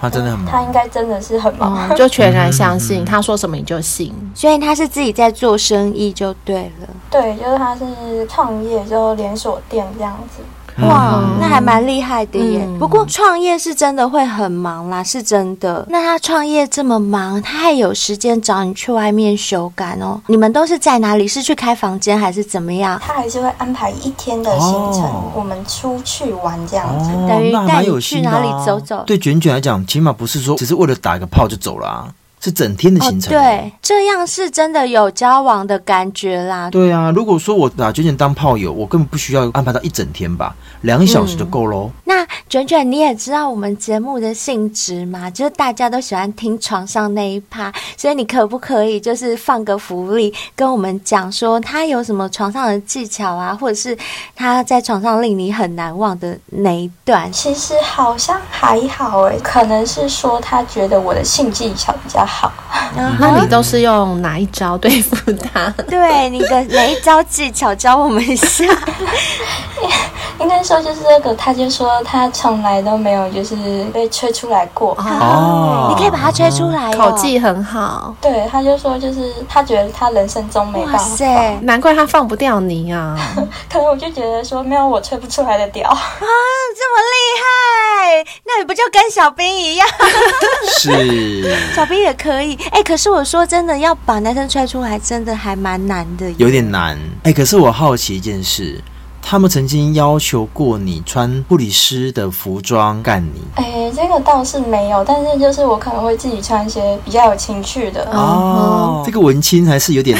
S3: 他真的嗯很
S5: 他
S3: 忙嗯
S5: 应。该真的是很忙。
S4: 哦，就全然相信他说什么你就信。
S2: 所以他是自己在做生意就对了。
S5: 对，就是他是创业，就连锁店这样子。
S2: 哇，那还蛮厉害的耶。
S4: 嗯
S2: 不过创业是真的会很忙啦，是真的。那他创业这么忙，他还有时间找你去外面修改哦？你们都是在哪里？是去开房间还是怎么样？
S5: 他还是会安排一天的行程，
S3: 哦
S5: 我们出去玩这样子。
S3: 哦
S2: 等于
S3: 那还
S2: 带
S3: 蛮
S2: 你
S3: 有
S2: 去
S3: 心的
S2: 哪里
S3: 啊
S2: 走走
S3: 对卷卷来讲，起码不是说只是为了打个炮就走了、啊，是整天的行程。
S2: 哦对，这样是真的有交往的感觉啦。
S3: 对啊，如果说我把卷卷当炮友，我根本不需要安排到一整天吧，两小时就够喽。
S2: 那卷卷，你也知道我们节目的性质嘛，就是大家都喜欢听床上那一趴，所以你可不可以就是放个福利，跟我们讲说他有什么床上的技巧啊，或者是他在床上令你很难忘的哪一段？
S5: 其实好像还好诶，可能是说他觉得我的性技巧比较好。
S3: 啊
S4: 那你都是用哪一招对付 他？
S2: 啊对你的哪一招技巧教我们一下？
S3: 啊
S5: 应该说就是这个，他就说他从来都没有就是被吹出来过。
S3: 哦
S2: 嗯你可以把它吹出来、哦，
S4: 口。技很好，
S5: 对，他就说就是他觉得他人生中没办
S2: 哇
S5: 法，
S2: 塞！啊
S4: 难怪他放不掉你啊！
S5: 可能我就觉得说没有我吹不出来的屌。
S2: 这么厉害，那你不就跟小兵一样？
S3: 是，
S2: 小兵也可可以。哎、可是我说真的，要把男生踹出来，真的还蛮难的。
S3: 有点难。哎、可是我好奇一件事，他们曾经要求过你穿护理师的服装干你
S5: 哎、这个倒是没有，但是就是我可能会自己穿一些比较有情趣的。
S3: 哦，这个文青还是有点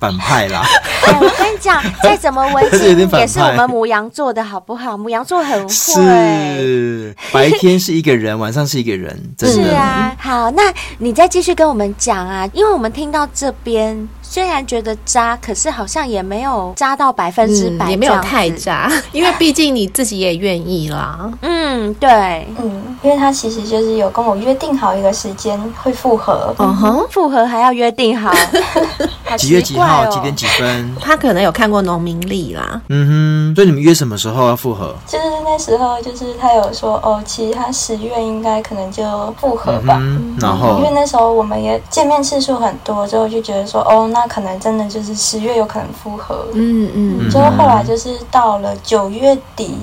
S3: 反派啦。
S2: 哎，我跟你 讲，再怎么文
S3: 有点
S2: 青
S3: 反
S2: 也是我
S3: 派
S2: 们母羊座的好不好？母羊座很会。
S3: 是，白天是一个人，晚上是一个人，真
S2: 是
S3: 的。
S2: 啊，好，那你再继续跟我们讲啊，因为我们听到这边，虽然觉得渣，可是好像也没有渣到百分之百、
S4: 嗯也没有太。渣，因为毕竟你自己也愿意啦。
S2: 嗯，对，
S5: 嗯，因为他其实就是有跟我约定好一个时间会复合。
S4: 嗯哼，
S2: 复合还要约定 好，好
S3: 几月几号？
S2: 奇怪哦
S3: 几点几分？
S4: 他可能有看过农民历啦。
S3: 嗯哼，所以你们约什么时候要复合？
S5: 就是那时候，就是他有说哦，其实他十月应该可能就复合吧。
S3: 嗯，然
S5: 因为
S3: 后
S5: 那时候我们也见面次数很多，之后就觉得说，哦，那可能真的就是十月有可能复合。
S4: 嗯嗯，
S5: 之后后来就是到了九月底，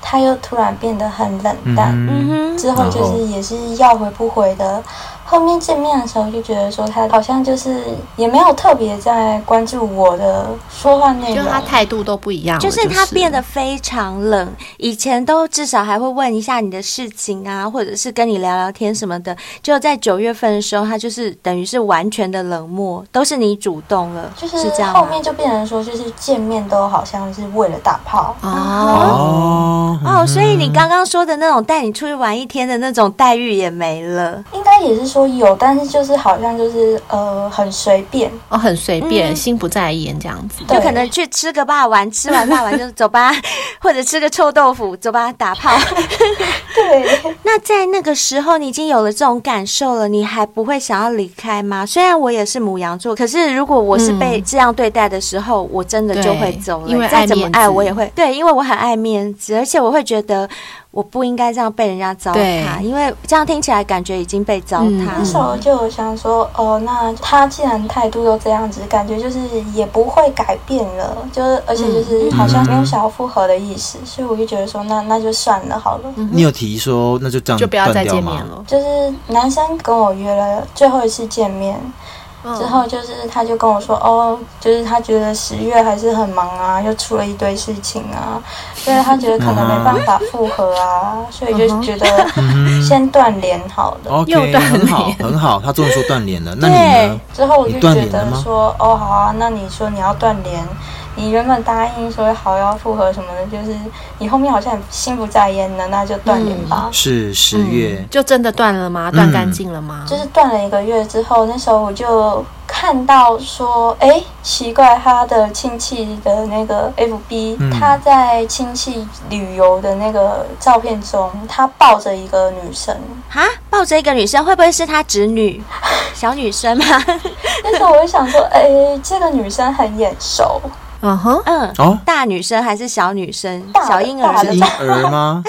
S5: 他又突然变得很冷淡，
S2: 嗯
S3: 嗯，
S2: 哼，
S5: 之后就
S3: 然后
S5: 是也是要回不回的。后面见面的时候就觉得说，他好像就是也没有特别在关注我的说话内
S4: 就
S5: 容。
S4: 他态度都不一样了，
S2: 就
S4: 就是
S2: 他变得非常冷，以前都至少还会问一下你的事情啊，或者是跟你聊聊天什么的，就在九月份的时候，他就是等于是完全的冷漠，都是你主动了，
S5: 就是
S2: 这样吗
S5: 后面就变成说，就是见面都好像是为了打炮。
S4: 哦，
S3: 哦
S2: 嗯哦，所以你刚刚说的那种带你出去玩一天的那种待遇也没了。
S5: 应该也是说有，但是就是好像就是呃很随便，
S4: 哦，很随便，
S2: 嗯
S4: 心不在焉这样子。
S5: 对
S2: 就可能去吃个霸王，吃完霸王就走吧， 或者吃个臭豆腐，走吧，打炮。
S5: 对，
S2: 那在那个时候，你已经有了这种感受了，你还不会想要离开吗？虽然我也是母羊座，可是如果我是被这样对待的时候，我真的就会走了。
S4: 嗯对因为
S2: 再怎么
S4: 爱面子
S2: 爱，我也会对，因为我很爱面子，而且我会觉得我不应该这样被人家糟
S4: 对
S2: 蹋，因为这样听起来感觉已经被糟
S4: 嗯
S2: 蹋了。
S5: 那时候就有想说，哦、那他既然态度都这样子，感觉就是也不会改变了，就是而且就是
S2: 嗯
S5: 好像没有想要复合的意思，所以我就觉得说，那那就算了好
S2: 嗯
S5: 了。
S3: 你有提说那就这样
S4: 就不要再
S3: 嗯断掉
S4: 见面
S3: 吗？
S4: 了。
S5: 就是男生跟我约了最后一次见面，
S2: 嗯
S5: 之后就是他就跟我说，哦，就是他觉得十月还是很忙啊，又出了一堆事情啊，所以他觉得可能没办法复合啊，所以就觉得
S2: 嗯
S5: 先断联好了。
S3: OK，
S4: 又断
S3: 很好，
S4: 联
S3: 很好，他终于说断联了。那你呢？
S5: 哎之后我就
S3: 你断
S5: 觉
S3: 联了
S5: 得
S3: 吗
S5: 说，哦，好啊，那你说你要断联，你原本答应说好要复合什么的，就是你后面好像心不在焉了，那就断联吧。
S3: 是十
S4: 嗯
S3: 月，
S4: 就真的断了
S3: 嗯
S4: 吗？断干净了吗？
S5: 就是断了一个月之后，那时候我就看到说，哎，奇怪，他的亲戚的那个 FB，、
S3: 嗯
S5: 他在亲戚旅游的那个照片中，他抱着一个女生。
S4: 嗯
S2: 啊，抱着一个女生，会不会是他侄女、小女生吗？
S5: 那时候我就想说，哎，这个女生很眼 熟，
S4: 嗯哼，
S2: 嗯，
S3: 哦，
S2: 大女生还是小女生？
S5: 大
S2: 小婴
S5: 大
S2: 儿
S5: 的
S3: 是婴 儿吗？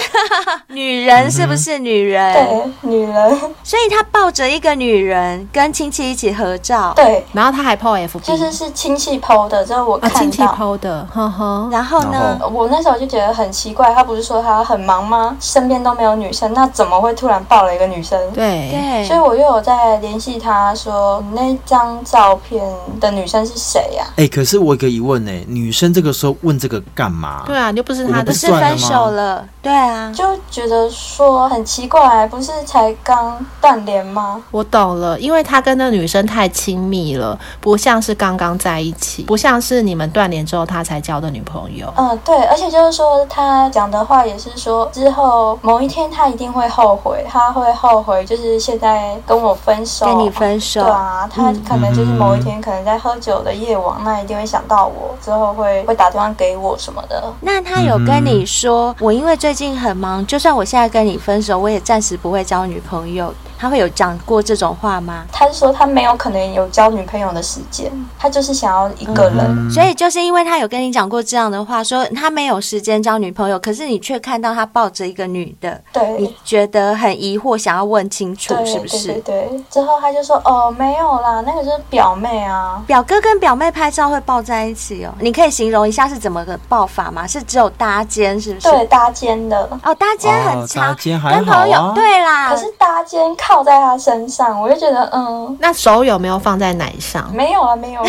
S2: 女人是不
S4: 嗯
S2: 是女人？
S3: 哎
S5: 对，女人，
S2: 所以他抱着一个女人跟亲戚一起合照，
S5: 对。
S4: 然后他还 PO FB，
S5: 就是是亲戚 PO 的，之后我
S4: 啊，
S5: 看
S4: 亲戚
S5: 到。
S4: PO 的，呵呵，
S2: 然后呢
S3: 然？后
S5: 我那时候就觉得很奇怪，他不是说他很忙吗？身边都没有女生，那怎么会突然抱了一个女生？
S4: 对，
S2: 对，
S5: 所以我又有在联系他说，那张照片的女生是谁呀、
S3: 哎、可是我有个疑问呢、女生这个时候问这个干嘛？
S4: 对啊，你又不是
S3: 我
S4: 他
S3: 们
S4: 的
S3: 不
S2: 不是
S3: 算了
S2: 分
S3: 吗
S2: 手了，对啊，
S5: 就觉得说很奇怪，不是才刚断联吗？
S4: 我懂了，因为他跟那女生太亲密了，不像是刚刚在一起，不像是你们断联之后他才交的女朋友。
S5: 嗯，对，而且就是说他讲的话也是说，之后某一天他一定会后悔，他会后悔，就是现在跟我分手，
S2: 跟你分手
S5: 对，啊，他
S2: 嗯
S5: 可能就是某一天，可能在喝酒的夜晚，那一定会想到我，之后会会打电话给我什么的。
S2: 那他有跟你说，我因为最近很忙，就算我现在跟你分手，我也暂时不会交女朋友。他会有讲过这种话吗？
S5: 他就说他没有可能有交女朋友的时间，他就是想要一个人。
S2: 所以就是因为他有跟你讲过这样的话，说他没有时间交女朋友，可是你却看到他抱着一个女的，
S5: 对
S2: 你觉得很疑惑，想要问清楚
S5: 对
S2: 是不
S5: 对对
S2: 是？
S5: 对，之后他就说哦没有啦，那个就是表妹啊。
S2: 表哥跟表妹拍照会抱在一起哦，你可以形容一下是怎么个抱法吗？是只有搭肩是不是？
S5: 对，搭肩的。
S2: 哦，搭肩
S3: 哦
S2: 很长，
S3: 搭肩还
S2: 跟
S3: 好
S2: 朋友
S3: 啊
S2: 对啦。
S5: 可是搭肩套在他身上，我就觉得嗯，
S4: 那手有没有放在奶上？
S5: 没有啊，没有。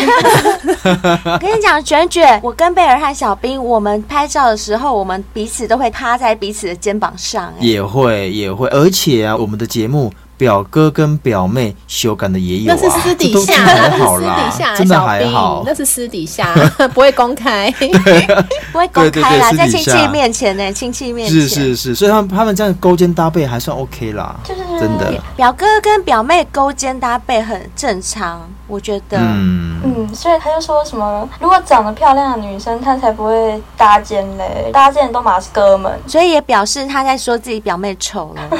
S2: 我跟你讲，卷卷，我跟贝尔和小兵，我们拍照的时候，我们彼此都会趴在彼此的肩膀上、哎
S3: 也会也会，而且啊，我们的节目表哥跟表妹修改的也
S4: 那
S3: 有啊，
S4: 是私底
S3: 这都
S4: 下，
S3: 还
S4: 那
S3: 好
S4: 是私
S3: 啦
S4: 底下，
S3: 真的
S4: 小
S3: 还
S4: 兵
S3: 好，
S4: 那是私底下， 不会公开。
S2: 不会公开啦，
S3: 对对对
S2: 在
S3: 私
S2: 亲
S3: 底下
S2: 戚面前呢、亲戚面前
S3: 是是是，所以他们他们这样勾肩搭背还算 OK 啦，
S5: 就是
S3: 真的，
S2: 表哥跟表妹勾肩搭背很正常，我觉得。
S3: 嗯，
S5: 嗯，所以他就说什么，如果长得漂亮的女生，她才不会搭肩嘞，搭肩都马是哥们。
S2: 所以也表示他在说自己表妹丑了。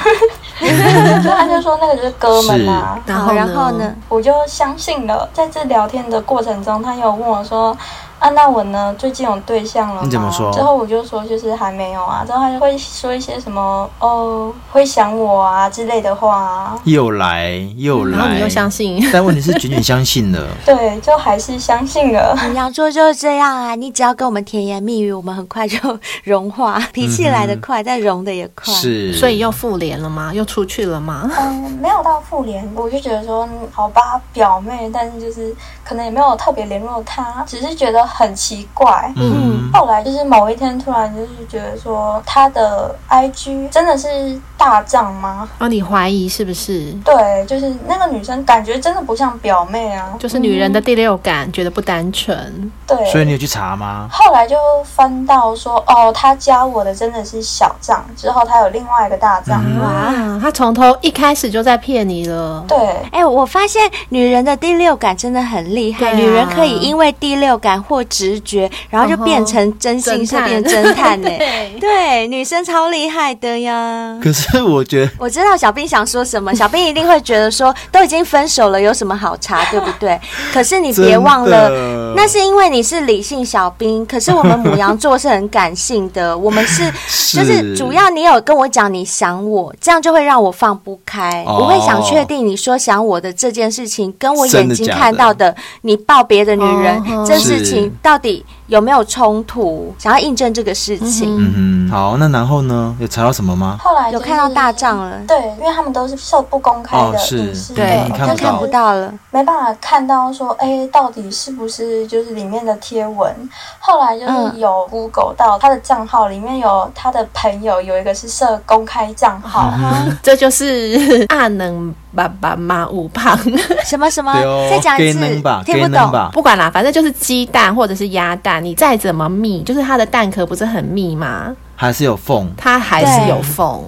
S5: 所以他 就说那个就是哥们啊。
S4: 然
S2: 好
S4: 后
S2: 然后呢？？
S5: 我就相信了，在这聊天的过程中，他有问我说：“啊，那我呢？最近有对象了吗？”
S3: 你怎么说
S5: 之后我就说就是还没有啊。之后他就会说一些什么“哦，会想我啊”之类的话啊。
S3: 又来又
S4: 嗯然后
S3: 来，
S4: 你又相信，
S3: 但问题是卷卷相信了，
S5: 对，就还是相信了。
S2: 母羊座就是这样啊，你只要跟我们甜言蜜语，我们很快就 融化，脾气来得快，但融得也快。
S3: 嗯是，
S4: 所以又复联了吗？又出去了吗？
S5: 嗯，没有到复联，我就觉得说，嗯好吧，表妹，但是就是可能也没有特别联络她，只是觉得很奇怪。
S3: 嗯
S5: 后来就是某一天突然就是觉得说，她的 IG 真的是大账吗？
S2: 啊
S4: 哦，你怀疑是不是？
S5: 对，就是那个女生感觉真的不像表妹啊。
S4: 就是女人的第六感，觉得不单纯。
S5: 对，
S3: 所以你有去查 吗？
S5: 后来就翻到说，哦，她加我的真的是小账，之后她有另外一个大账。
S3: 嗯
S2: 嗯
S4: 哇，他啊从头一开始就在骗你了。
S5: 对，
S2: 哎、我发现女人的第六感真的很厉害，
S4: 对啊
S2: 女人可以因为第六感或直觉，然后就变成真心社
S4: 侦探
S2: 变 侦探呢、
S4: 对
S2: 对，女生超厉害的呀。
S3: 可是我觉得
S2: 我知道小兵想说什么，小兵一定会觉得说，都已经分手了，有什么好查，对不对？可是你别忘
S3: 真
S2: 了
S3: 的，
S2: 那是因为你是理性小兵，可是我们母羊座是很感性的，我们 是就是主要你有跟我讲你想我，这样就会让我放不开，
S3: 哦
S2: 我会想确定你说想我的这件事情，跟我眼睛
S3: 真的假的
S2: 看到的你抱别的女人
S4: 哦
S2: 这事
S3: 是
S2: 情到底有没有冲突，想要印证这个事情，
S3: 嗯哼，好，那然后呢？有查到什么吗？
S5: 后来、
S2: 有
S5: 就是
S2: 看到大。账了。
S5: 对，因为他们都是受不公开
S3: 哦
S5: 的
S3: 是
S5: 隐私，
S4: 对你
S3: 嗯
S5: 我
S3: 看
S5: 就
S3: 不
S5: 是
S2: 看不到了，
S5: 没办法看到说，哎，到底是不是就是里面的贴文？后来就是
S2: 嗯
S5: 有 Google 到他的账号里面有他的朋友有一个是设公开账号，
S4: 这就是 阿能爸爸妈五胖，
S2: 什么什么
S3: 对哦，
S2: 再讲一
S3: 给
S2: 次
S3: 能吧，，
S2: 听
S3: 给
S2: 不
S3: 能
S2: 懂。
S3: 吧，
S4: 不管啦，反正就是鸡蛋或者是鸭蛋，你再怎么密，就是它的蛋壳不是很密吗？
S3: 还是有缝。
S4: 它还是有缝，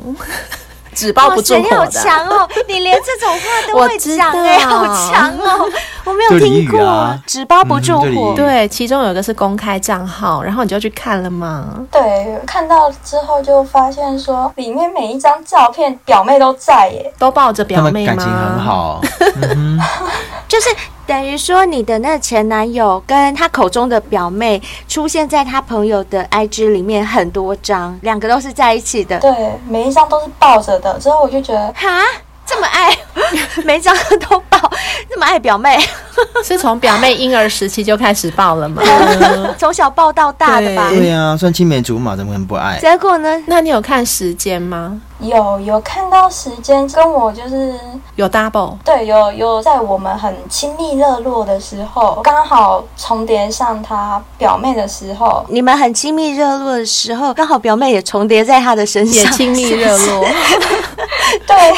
S4: 纸包不住
S2: 哇你
S4: 火
S2: 好
S4: 的。
S2: 强哦！你连这种话都
S4: 我
S2: 会
S4: 知
S2: 讲哎、
S4: 道
S2: 好强 哦！我没有
S3: 就俚
S2: 听
S3: 语
S2: 过，
S3: 啊
S2: 纸包不
S3: 嗯
S2: 住
S3: 就俚
S2: 火。
S3: 语
S4: 对，其中有一个是公开账号，然后你就去看了吗？
S5: 对，看到之后就发现说，里面每一张照片表妹都在耶。
S4: 都抱着
S3: 他
S4: 表
S3: 们
S4: 妹吗？
S3: 感情 很。好，
S2: 就是等于说你的那个前男友跟他口中的表妹出现在他朋友的 IG 里面很多张，两个都是在一起的。
S5: 对，每一张都是抱着的。之后我就觉得，
S2: 哈，这么 爱，每张都抱，这么爱表妹，
S4: 是从表妹婴儿时期就开始抱 了吗？嗯
S2: 从小抱到大的吧。
S3: 对呀、啊，算青梅竹马，怎么可能不 爱？
S2: 结果呢？
S4: 那你有看时间吗？
S5: 有有看到时间跟我就是
S4: 有 double
S5: 对，有有在我们很亲密热络的时候，刚好重叠上她表妹的时候，
S2: 你们很亲密热络的时候，刚好表妹也重叠在他的身
S4: 也
S2: 上，
S4: 亲密热络，
S5: 对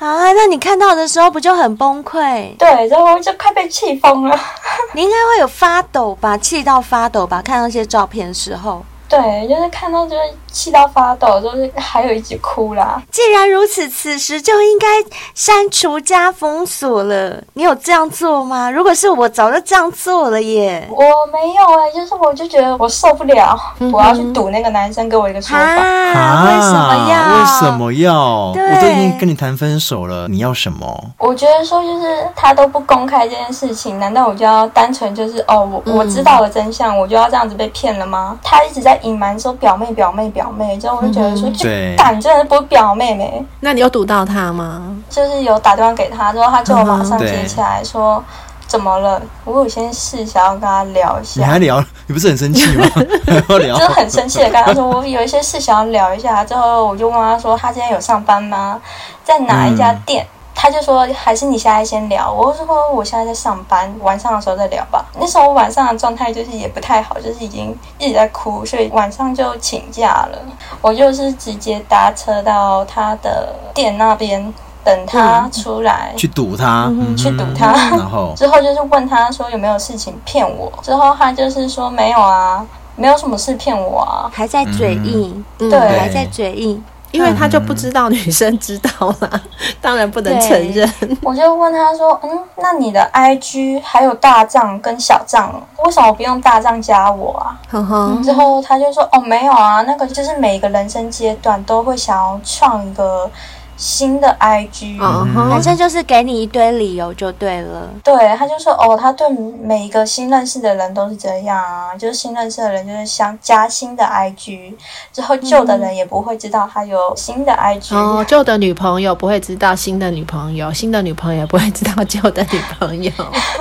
S2: 啊，那你看到的时候不就很崩溃？
S5: 对，然后我就快被气疯了。
S2: 你应该会有发抖吧，气到发抖吧？看到那些照片的时候，
S5: 对，就是看到就是气到发抖，就是还有一起哭啦。
S2: 既然如此，此时就应该删除加封锁了。你有这样做吗？如果是我，早就这样做了 耶。
S5: 我没有哎、就是我就觉得我受不了，我要去赌那个男生给我一个说法。
S2: 啊，为什么要？
S3: 为什？么要？
S2: 对
S3: 我都已经跟你谈分手了，你要什么？
S5: 我觉得说就是他都不公开这件事情，难道我就要单纯就是哦，我我知道了真相，我就要这样子被骗了吗？他一直在隐瞒说表妹表妹表妹，之后我就觉得说，就
S3: 对
S5: 感真的不是表妹妹，
S4: 那你有堵到他吗？
S5: 就是有打电话给他之后，他就马上
S3: 嗯哼
S5: 接起来说。怎么了？我有些事想要跟他聊一
S3: 你
S5: 下
S3: 还，聊？ 你不是很生气 吗？还要聊
S5: 就？很生气的跟他说，我有一些事想要聊一下。之后我就问他说，他今天有上班吗？在哪一家
S3: 嗯
S5: 店？他就说还是你现在先聊。我就说我现在在上班，晚上的时候再聊吧。那时候晚上的状态就是也不太好，就是已经一直在哭，所以晚上就请假了。我就是直接搭车到他的店那边等他
S3: 嗯
S5: 出来。
S3: 去堵他，嗯
S5: 去堵他
S3: 然后
S5: 之后就是问他说有没有事情骗我，之后他就是说没有啊，没有什么事骗我啊。
S2: 还在嘴硬，
S4: 嗯
S5: 对
S2: 还在嘴硬，
S4: 因为他就不知道女生知道啦，
S2: 嗯
S4: 当然不能承认。
S5: 我就问他说，嗯，那你的 IG 还有大账跟小账，哦为什么不用大账加我啊？
S4: 嗯哼哼，
S5: 之后他就说，哦，没有啊，那个就是每个人生阶段都会想要创一个新的 IG，、
S4: 嗯
S2: 反
S4: 哼，
S2: 正就是给你一堆理由就对了。
S5: 对，他就说哦，他对每一个新认识的人都是这样啊，就是新认识的人就是想加新的 IG，之后旧的人也不会知道他有新的 IG，、
S4: 哦，旧的女朋友不会知道新的女朋友，新的女朋友也不会知道旧的女 朋友。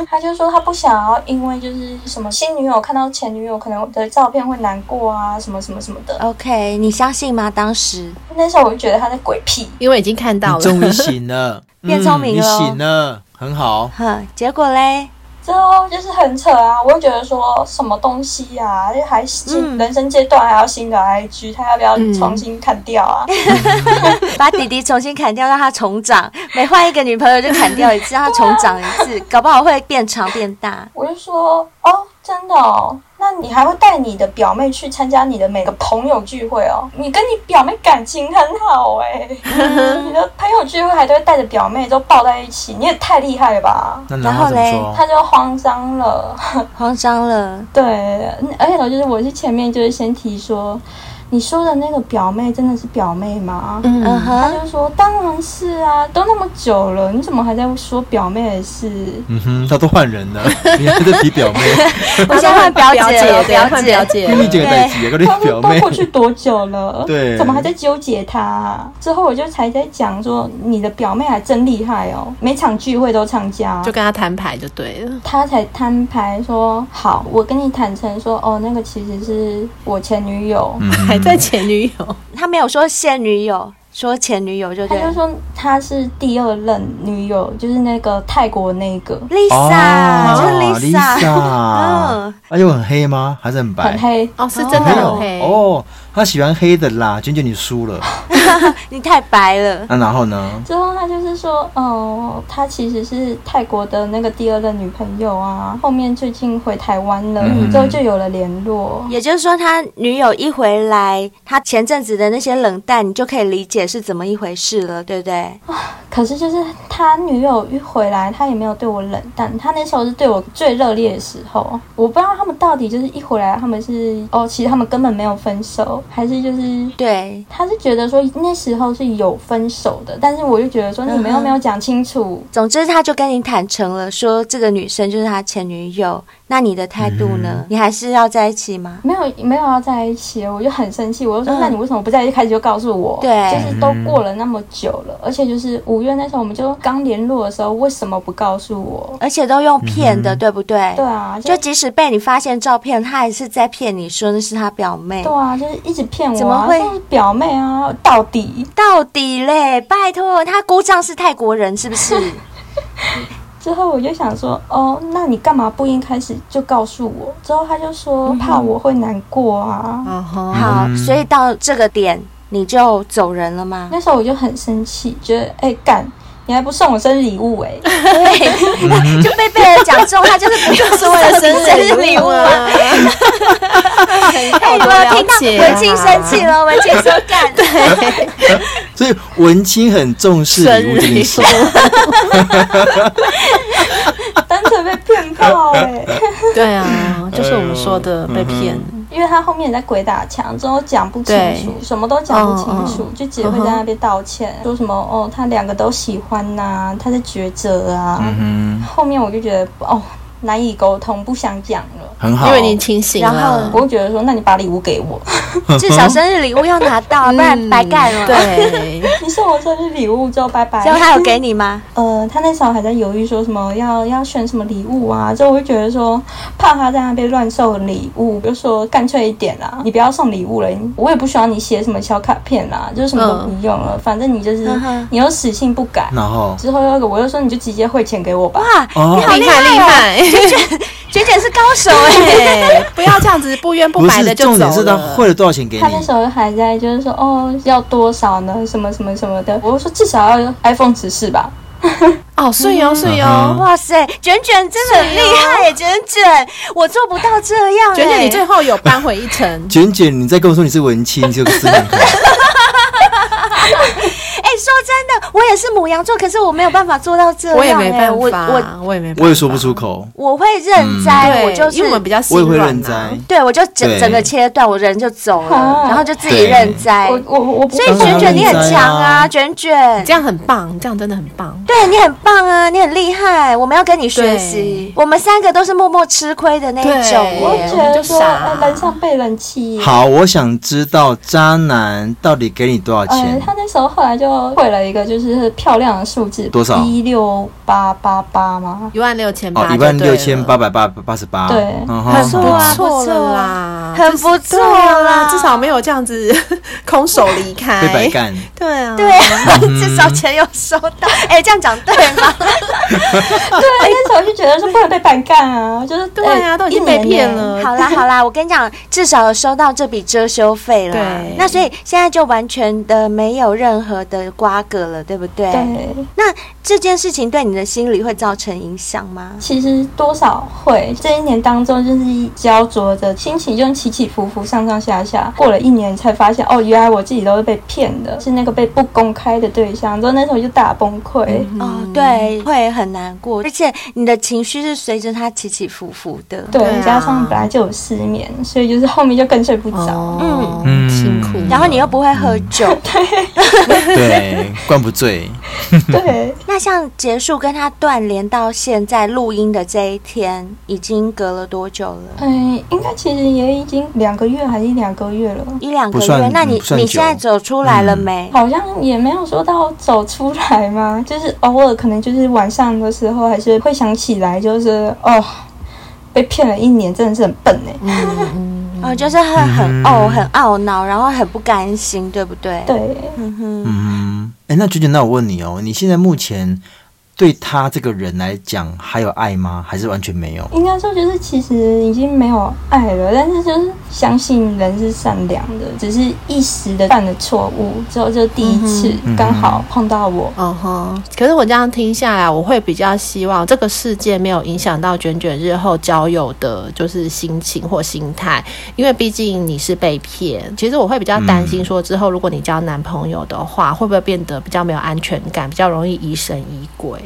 S5: 他就说他不想要，因为就是什么新女友看到前女友可能的照片会难过啊，什么什么什么的。
S2: OK，你相信吗？当时
S5: 那时候我就觉得他在鬼屁，
S4: 因为已经看到
S3: 你
S4: 了，
S3: 终于醒了，
S2: 变聪明
S3: 嗯你
S2: 了哦
S3: 醒了，很好。
S2: 哼，结果嘞，
S5: 之后就是很扯啊，我就觉得说什么东西啊，就还
S2: 嗯
S5: 新、人生阶段还要新的 IG，他要不要
S4: 嗯
S5: 重新砍掉啊？
S2: 把弟弟重新砍掉，让他重长，每换一个女朋友就砍掉一次，让他重长一次，搞不好会变长变大。
S5: 我就说哦，真的哦，那你还会带你的表妹去参加你的每个朋友聚会哦？你跟你表妹感情很好 哎、你的朋友聚会还都会带着表妹都抱在一起，你也太厉害了吧？
S3: 那
S2: 然
S3: 然后
S2: 后
S3: 怎么
S2: 嘞
S3: 说？
S5: 他就慌张了，
S2: 慌张了，
S5: 对，而且我就是我是前面就是先提说，你说的那个表妹真的是表妹吗？
S2: 嗯
S4: 嗯，
S5: 他
S2: 哼，
S5: 就说当然是啊，都那么久了，你怎么还在说表妹的事？
S3: 嗯哼，他都换人 了，你还在提表妹，
S2: 我先换表
S4: 表
S2: 姐了，
S4: 对换表
S2: 表姐。
S4: 姐
S3: 跟你
S4: 了，
S3: 姐在一起，跟你
S5: 他
S3: 表
S5: 们都
S3: 妹。
S5: 过去多久 了？呃
S3: 对
S5: 怎么还在纠结他、之后我就才在讲说，你的表妹还真厉害哦，每场聚会都参加
S4: 就。跟他摊牌就对了。
S5: 他才摊牌说，好，我跟你坦诚说，哦，那个其实是我前女友。
S3: 嗯
S4: 还在前女友，
S2: 他没有说现女友，说前女友就
S5: 他
S2: 对
S5: 就
S2: 了。
S5: 说她是第二任女友，就是那个泰国那个
S2: Lisa，就是
S3: 嗯哦
S2: Lisa，嗯，
S3: 而且我很黑吗？还是很白？
S5: 很黑。
S4: 哦，是真的
S3: 没
S4: 很
S3: 有
S4: 黑，
S3: 哦，他喜欢黑的啦，娟娟你输 了。
S2: 你太白了。
S3: 那然后呢？
S5: 之后他就是说，哦，他其实是泰国的那个第二任女朋友啊，后面最近回台湾了，
S3: 嗯
S5: 之后就有了联络。
S2: 也就是说，他女友一回来，他前阵子的那些冷淡，你就可以理解是怎么一回事了，对不对？
S5: 可是就是他女友一回来，他也没有对我冷淡，他那时候是对我最热烈的时候。我不知道他们到底就是一回来，他们是哦，其实他们根本没有分手，还是就是。
S2: 对，
S5: 他是觉得说那时候是有分手的，但是我就觉得说你们又没有讲清楚，
S2: 总之他就跟你坦诚了，说这个女生就是他前女友。那你的态度呢？你还是要在一起吗？
S5: 没有没有要在一起，我就很生气，我就说、
S2: 嗯
S5: 那你为什么不在一开始就告诉我？
S2: 对
S5: 就是都过了那么久了，而且就是五月那时候我们就刚联络的时候，为什么不告诉我？
S2: 而且都用骗的，对不对？
S5: 对啊，
S2: 就即使被你发现照片，他还是在骗你说那是他表妹
S5: 对。啊，就是一直骗我、啊，
S2: 怎么会
S5: 就是表妹啊？到底
S2: 到底嘞，拜托，他姑丈是泰国人是不 是？
S5: 之后我就想说，哦，那你干嘛不一开始就告诉我？之后他就
S2: 嗯
S5: 说怕我会难过啊。
S4: 嗯哼，
S2: 好，所以到这个点你就走人了 吗？
S5: 那时候我就很生气，觉得哎干、你还不送我生日礼物 哎、
S2: 对， 就被贝尔讲中，他就是不 就是为了 生日礼物啊！ 哎，
S4: 我
S2: 我有听到文青生气了，文青说 干，
S3: 所以文青很 重视
S4: 生
S3: 礼
S4: 日
S3: 物这
S4: 礼
S3: 件事
S4: 物，，
S5: 单纯被骗爆哎、
S4: 对啊， 就是我们说
S3: 嗯
S4: 的被骗，
S5: 因为他后面也在鬼打墙，之后讲不清楚，什么都讲不清
S2: 嗯
S5: 楚，就只会在那边道歉，说什么哦，他两个都喜欢呐、他在抉择啊。
S3: 嗯
S5: 后面我就觉得哦，难以沟通，不想讲了。
S3: 哼，很好。
S4: 因为你清醒
S2: 然后
S4: 了，
S5: 我会觉得说，那你把礼物给我，
S2: 至少生日礼物要拿到，不然白干了。，
S4: 嗯对，
S5: 你送我生日礼物就拜拜。
S2: 结果他有给你吗？
S5: 呃，他那时候还在犹豫说什么要要选什么礼物啊，之后我就觉得说怕他在那边乱送礼物，我就说干脆一点啦，你不要送礼物了，我也不需要你写什么小卡片啦，就是什么都不用了，反正你就是、
S2: 嗯哼
S5: 你又死性不改。
S3: 然后
S5: 之后又我又说你就直接汇钱给我吧，
S2: 哇，
S3: 哦
S2: 你好
S4: 厉
S2: 厉
S4: 害厉
S2: 哦！
S4: 害，
S2: 卷卷是高手哎、
S4: 对，不要这样子不冤不
S3: 不
S4: 白
S3: 是
S4: 的就
S3: 重
S4: 走
S3: 点是他
S4: 了。
S3: 汇了多少钱给
S5: 他那时
S3: 你？
S5: 候还在就是说哦要多少呢，什么什么什么的，我就说至少要 iPhone 十四吧，
S4: 哦，是哟是
S3: 嗯，
S4: 哟，
S2: 哇塞，卷卷真的很厉害耶、卷卷，我做不到这样、欸。
S4: 哦卷卷你最后有扳回一城
S3: 卷卷，你再跟我说你是文青，你就死 定了
S2: 哎、说真的，我也是母羊座，可是我没有办法做 到这样、欸。
S4: 我也没办
S2: 我我
S4: 法，我也没办法，
S3: 我也说不出口，
S2: 我会认栽，
S4: 对，
S2: 我就是
S4: 因为我们比较心
S3: 我也会
S4: 软
S3: 认
S4: 啊
S3: 栽。
S2: 对，我就整
S3: 对
S2: 整个切断，我人就走了
S4: 哦
S5: 啊，
S2: 然后就自己
S3: 对
S2: 认栽。
S5: 我我我不
S2: 哎所以卷卷你很强
S3: 当然
S2: 啊，
S3: 认栽啊
S2: 卷卷
S4: 你这，样很棒，你这样真的很棒。
S2: 对你很棒啊，你很厉害，我们要跟你学习。我们三个都是默默吃亏的那一种
S4: 对
S5: 我
S2: 耶
S5: 觉
S4: 我们
S5: 得
S4: 就
S5: 说
S4: 傻
S5: 哎人上被人欺。
S3: 好，我想知道渣男到底给你多少
S5: 呃，
S3: 钱？
S5: 他那时候后来就会了一个就是漂亮的数字，
S3: 多少
S5: 一六八八八吗？
S4: 一万六千
S3: 哦
S4: 八，，
S3: 一万六千八，百八八十八。
S5: 对
S3: 嗯
S4: 很
S3: 哼
S4: 不
S2: 啊
S4: 错
S2: 不错
S4: 了啦，
S2: 很
S4: 就是
S2: 不错啊
S4: 对啦，
S2: 啦
S4: 至少没有这样子 空手离开，
S3: 被白 干。
S4: 对啊，
S2: 对啊，至少钱有收 到。哎，这样讲对吗？
S5: 对，那时候就觉得说不能被板干啊，就是
S4: 对啊，
S5: 哎
S4: 都已经
S5: 一
S4: 被
S5: 年
S4: 骗
S5: 呢
S4: 了，
S2: 好啦好啦，我跟你讲，至少有收到这笔遮羞费啦
S4: 对。
S2: 那所以现在就完全的没有任何的瓜葛了，对不对？
S5: 对，
S2: 那这件事情对你的心理会造成影响吗？
S5: 其实多少会这一年当中就是焦灼着，心情就起起伏伏，上上下下。过了一年才发现，哦，原来我自己都是被骗的，是那个被不公开的对象。之后那时候就大崩溃。
S4: 嗯
S2: 哦，对，会很难过，而且你的情绪是随着它起起伏伏的。
S5: 对，
S4: 对啊
S5: 加上本来就有失眠，所以就是后面就更睡不着。
S4: 哦，
S3: 嗯
S4: 辛苦了，
S2: 然后你又不会喝酒，
S3: 对，灌不醉。
S5: 对，
S2: 那像结束跟他断联到现在录音的这一天，已经隔了多久了？
S5: 嗯，应该其实也已经两个月还是一两个月了。
S2: 一两个
S3: 不
S2: 月
S3: 算？
S2: 那你
S3: 不算
S2: 你
S3: 久嗯
S2: 现在走出来了没？
S5: 好像也没有说到走出来嘛，就是偶尔可能就是晚上的时候还是会想起来，就是哦，被骗了一年，真的是很笨哎、
S2: 哦，就是很很
S3: 嗯
S2: 怄、很懊恼，然后很不甘心，对不对？，
S5: 对，
S2: 嗯哼，
S3: 嗯，哎，那娟娟，那我问你哦，你现在目前对他这个人来讲，还有爱吗？还是完全没有？
S5: 应该说就是其实已经没有爱了，但是就是相信人是善良的，只是一时的犯了错误之后，就第一次
S3: 嗯哼
S5: 刚好碰到我，
S4: 嗯哼，可是我这样听下来，我会比较希望这个事件没有影响到卷卷日后交友的，就是心情或心态，因为毕竟你是被骗。其实我会比较担心说，之后如果你交男朋友的话，会不会变得比较没有安全感，比较容易疑神疑鬼？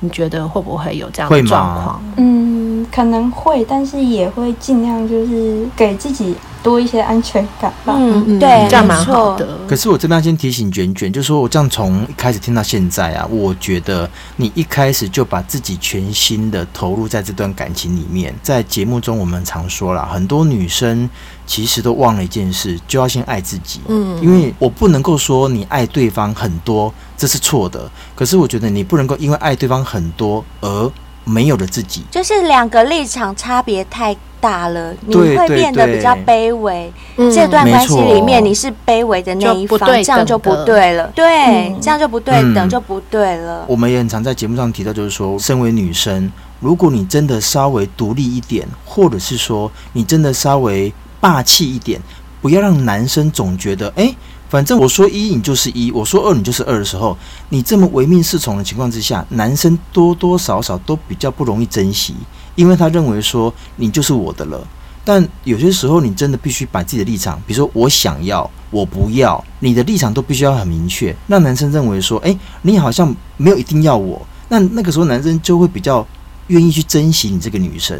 S4: 你觉得会不会有这样的
S3: 会吗
S4: 状况？
S5: 嗯，可能会，但是也会尽量就是给自己多一些安全感吧。
S2: 嗯，对，
S4: 这样
S2: 没
S4: 蛮好
S2: 错
S4: 的。。
S3: 可是我这边要先提醒卷卷，就是说我这样从一开始听到现在啊，我觉得你一开始就把自己全心的投入在这段感情里面。在节目中我们常说啦，很多女生其实都忘了一件事，就要先爱自己。
S4: 嗯
S3: 因为我不能够说你爱对方很多，这是错的。可是我觉得你不能够因为爱对方很多而没有了自己。
S2: 就是两个立场差别太大了，你
S3: 对
S2: 会
S3: 对
S2: 变得
S3: 对
S2: 比较卑微。
S4: 嗯
S2: 这段
S3: 嗯没
S2: 关系
S3: 错
S2: 里面，你是卑微的那一
S4: 就不
S2: 方，
S4: 对
S2: 这样
S4: 等
S2: 就不
S4: 的
S2: 对了。对，
S5: 嗯
S2: 这样就不对等，
S3: 嗯
S2: 就不对了。
S3: 我们也很常在节目上提到，就是说，身为女生，如果你真的稍微独立一点，或者是说你真的稍微霸气一点，不要让男生总觉得，哎，反正我说一你就是一，我说二你就是二的时候，你这么唯命是从的情况之下，男生多多少少都比较不容易珍惜，因为他认为说你就是我的了。但有些时候，你真的必须把自己的立场，比如说我想要，我不要，你的立场都必须要很明确，让男生认为说，哎、你好像没有一定要我。那那个时候，男生就会比较愿意去珍惜你这个女生。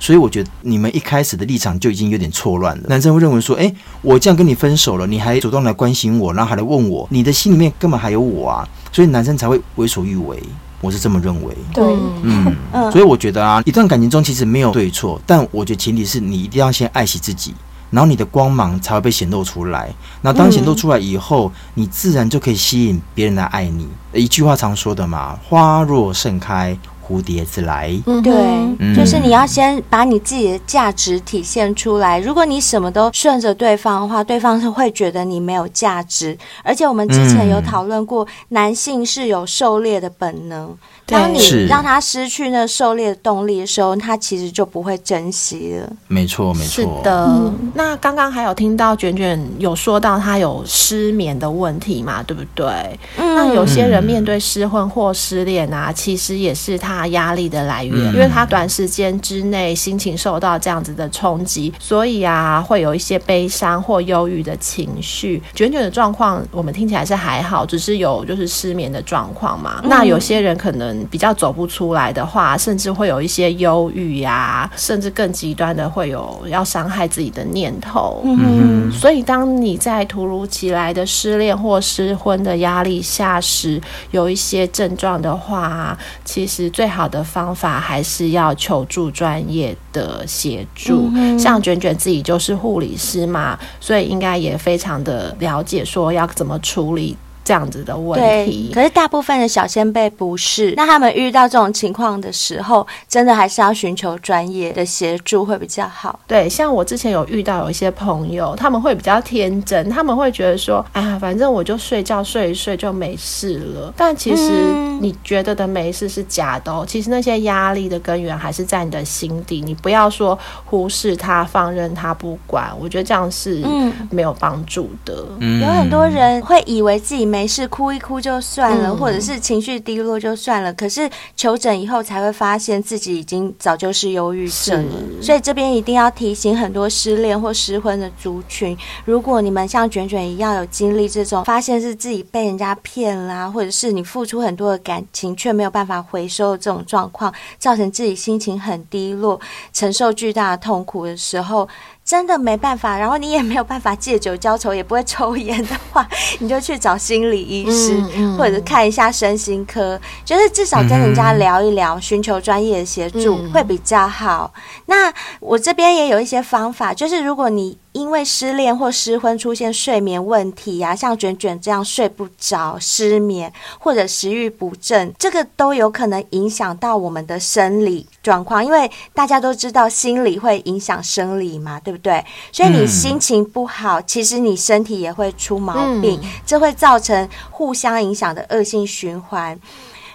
S3: 所以我觉得你们一开始的立场就已经有点错乱了。男生会认为说，哎、我这样跟你分手了，你还主动来关心我，然后还来问我，你的心里面根本还有我啊。所以男生才会为所欲为，我是这么认为。
S5: 对，
S3: 嗯，
S2: 嗯
S3: 所以我觉得啊，一段感情中其实没有对错，但我觉得前提是你一定要先爱惜自己，然后你的光芒才会被显露出来。那当显露出来以后，你自然就可以吸引别人来爱你。一句话常说的嘛，花若盛开，蝴蝶自来。
S4: 嗯
S2: 对
S4: 哼，
S2: 就是你要先把你自己的价值体现出来。如果你什么都顺着对方的话，对方是会觉得你没有价值。而且我们之前有
S3: 嗯
S2: 讨论过，男性是有狩猎的本能。
S4: 对
S2: 当你
S3: 是
S2: 让他失去那狩猎的动力的时候，他其实就不会珍惜了。
S3: 没错，没
S4: 是
S3: 错。
S4: 的。那刚刚还有听到卷卷有说到他有失眠的问题嘛，对不对？那
S2: 嗯
S4: 有些人面对失婚或失恋啊，其实也是他压力的来源，因为他短时间之内心情受到这样子的冲击，所以啊，会有一些悲伤或忧郁的情绪。卷卷的状况我们听起来是还好，只是有就是失眠的状况嘛。那有些人可能比较走不出来的话，甚至会有一些忧郁呀，甚至更极端的会有要伤害自己的念头。
S2: 嗯
S4: 所以，当你在突如其来的失恋或失婚的压力下时，有一些症状的话，其实最好的方法还是要求助专业的协助。
S2: 嗯
S4: 像卷卷自己就是护理师嘛，所以应该也非常的了解说要怎么处理这样子的问
S2: 对
S4: 题。，
S2: 可是大部分的小先辈不是，那他们遇到这种情况的时候，真的还是要寻求专业的协助会比较好。
S4: 对，像我之前有遇到有一些朋友，他们会比较天真，他们会觉得说，哎呀，反正我就睡觉睡一睡就没事了。但其实
S2: 嗯
S4: 你觉得的没事是假的哦，其实那些压力的根源还是在你的心底，你不要说忽视它、放任它不管，我觉得这样是
S2: 嗯
S4: 没有帮助的。
S3: 嗯
S2: 有很多人会以为自己没事，哭一哭就算了，
S4: 嗯
S2: 或者是情绪低落就算了。可是求诊以后才会发现自己已经早就是忧郁症了。所以这边一定要提醒很多失恋或失婚的族群，如果你们像卷卷一样有经历这种发现是自己被人家骗啦，或者是你付出很多的感情却没有办法回收的这种状况，造成自己心情很低落，承受巨大的痛苦的时候，真的没办法，然后你也没有办法借酒浇愁，也不会抽烟的话，你就去找心理医师，
S4: 嗯嗯
S2: 或者看一下身心科，就是至少跟人家聊一聊，寻求专业的协助、
S4: 嗯
S2: 会比较好。那我这边也有一些方法，就是如果你因为失恋或失婚出现睡眠问题呀、像卷卷这样睡不着、失眠或者食欲不振，这个都有可能影响到我们的生理状况，因为大家都知道心理会影响生理嘛，对不对？所以你
S3: 嗯
S2: 心情不好，其实你身体也会出毛病，
S4: 嗯
S2: 这会造成互相影响的恶性循环。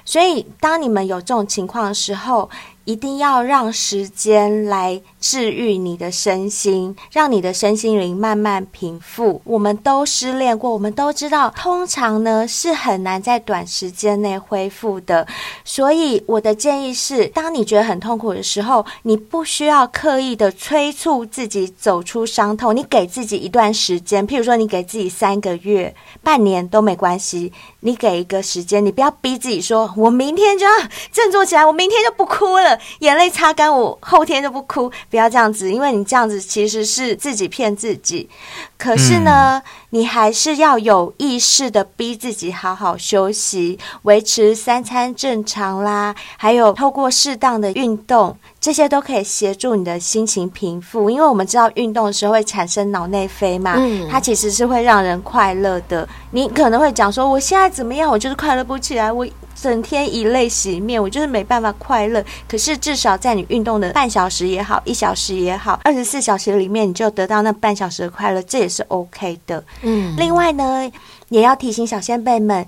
S2: 所以，当你们有这种情况的时候，一定要让时间来治愈你的身心，让你的身心灵慢慢平复。我们都失恋过，我们都知道，通常呢是很难在短时间内恢复的。所以我的建议是，当你觉得很痛苦的时候，你不需要刻意的催促自己走出伤痛，你给自己一段时间，譬如说你给自己三个月、半年都没关系，你给一个时间，你不要逼自己说，我明天就要振作起来，我明天就不哭了，眼泪擦干，我后天就不哭，不要这样子，因为你这样子其实是自己骗自己。可是呢，你还是要有意识的逼自己好好休息，维持三餐正常啦，还有透过适当的运动，这些都可以协助你的心情平复。因为我们知道运动的时候会产生脑内啡嘛，
S4: 嗯
S2: 它其实是会让人快乐的。你可能会讲说，我现在怎么样，我就是快乐不起来，我。整天以泪洗面，我就是没办法快乐。可是至少在你运动的半小时也好，一小时也好，二十四小时里面，你就得到那半小时的快乐，这也是 OK 的。
S4: 嗯，
S2: 另外呢，也要提醒小先辈们。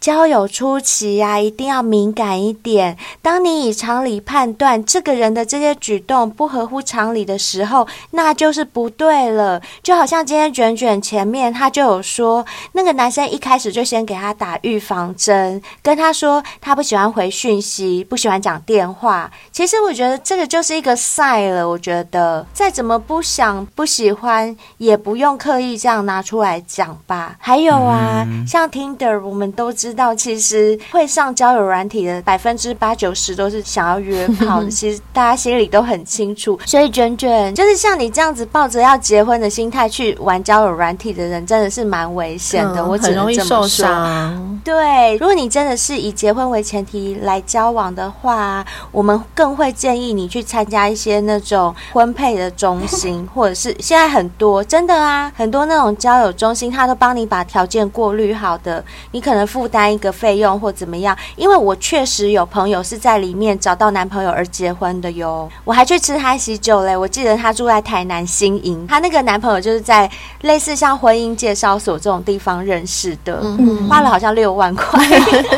S2: 交友初期呀、一定要敏感一点。当你以常理判断这个人的这些举动不合乎常理的时候，那就是不对了。就好像今天卷卷前面他就有说，那个男生一开始就先给他打预防针，跟他说他不喜欢回讯息，不喜欢讲电话。其实我觉得这个就是一个 sign 了。我觉得再怎么不想、不喜欢，也不用刻意这样拿出来讲吧。还有啊，像 Tinder，我们都知知道，其实会上交友软体的百分之八九十都是想要约炮的，其实大家心里都很清楚。所以卷卷就是像你这样子抱着要结婚的心态去玩交友软体的人，真的是蛮危险的。
S4: 嗯
S2: 我只
S4: 很容
S2: 能
S4: 易
S2: 这么
S4: 受
S2: 说。
S4: 伤。
S2: 对，如果你真的是以结婚为前提来交往的话，我们更会建议你去参加一些那种婚配的中心，或者是现在很多真的啊，很多那种交友中心，他都帮你把条件过滤好的，你可能负担一个费用或怎么样。因为我确实有朋友是在里面找到男朋友而结婚的哟，我还去吃他喜酒嘞。我记得她住在台南新营，她那个男朋友就是在类似像婚姻介绍所这种地方认识的。
S4: 嗯，
S2: 花了好像六万块，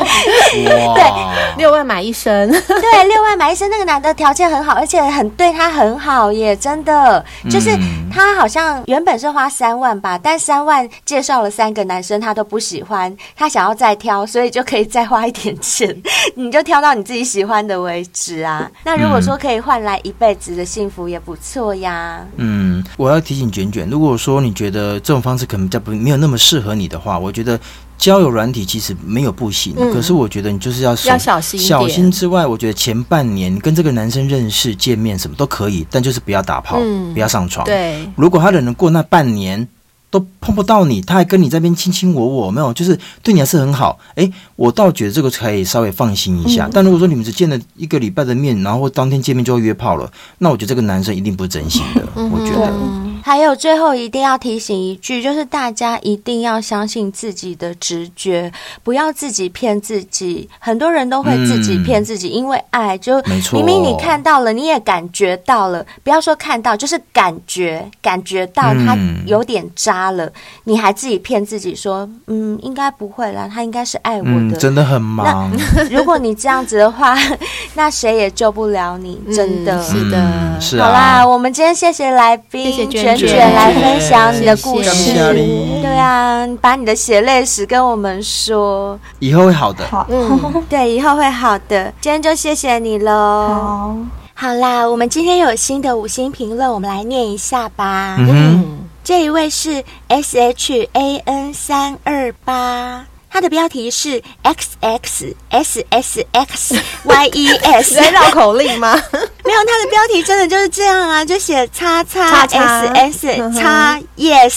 S3: 哇，
S4: 六万买一身，
S2: 对，六万买一身。那个男的条件很好，而且很对他很好耶，真的。就是
S3: 嗯
S2: 他好像原本是花三万吧，但三万介绍了三个男生，他都不喜欢，他想要再挑，所以就可以再花一点钱， 你就挑到你自己喜欢的为止啊。那如果说可以换来一辈子的幸福，也不错呀。
S3: 嗯，我要提醒卷卷，如果说你觉得这种方式可能比较不没有那么适合你的话，我觉得交友软体其实没有不行，
S4: 嗯
S3: 可是我觉得你就是要手
S4: 要小心一点
S3: 小心之外，我觉得前半年跟这个男生认识、见面什么都可以，但就是不要打炮，
S4: 嗯
S3: 不要上床。，
S4: 对，
S3: 如果他忍了过那半年。都碰不到你，他还跟你这边卿卿我我，没有，就是对你还是很好。诶，我倒觉得这个可以稍微放心一下。
S4: 嗯
S3: 但如果说你们只见了一个礼拜的面，然后当天见面就要约炮了，那我觉得这个男生一定不是真心的。
S4: 嗯
S3: 我觉得，
S2: 还有最后一定要提醒一句，就是大家一定要相信自己的直觉，不要自己骗自己。很多人都会自己骗自己，因为爱就
S3: 嗯没错
S2: 明明你看到了，你也感觉到了，不要说看到，就是感觉感觉到他
S3: 嗯
S2: 有点渣了，你还自己骗自己说，嗯，应该不会啦，他应该是爱我
S3: 嗯，
S2: 的。
S3: 真的很忙，
S2: 如果你这样子的话， 那谁也救不了你，真的。
S4: 嗯 是的
S3: 嗯是啊，
S2: 好啦，，我们今天谢谢来宾
S4: 谢谢
S2: 卷
S4: 娟
S2: 卷
S3: 卷
S2: 来分享你的故
S4: 谢
S2: 事。
S4: 谢
S3: 感谢你
S2: 对啊，你把你的血泪史跟我们 说，
S3: 以后会好的，
S5: 好，
S4: 嗯，
S2: 对，以后会好的。今天就谢谢你喽。
S5: 好，
S2: 好啦，我们今天有新的五星评论，我们来念一下吧。
S3: 嗯哼，
S2: 这一位是 S H A N 三二八。它的标题是 X X S S X Y E
S4: 你
S2: S，
S4: 在绕口令吗？
S2: 没有，它的标题真的就是这样 啊，就写叉叉
S4: 叉叉嗯
S2: s s 叉 yes。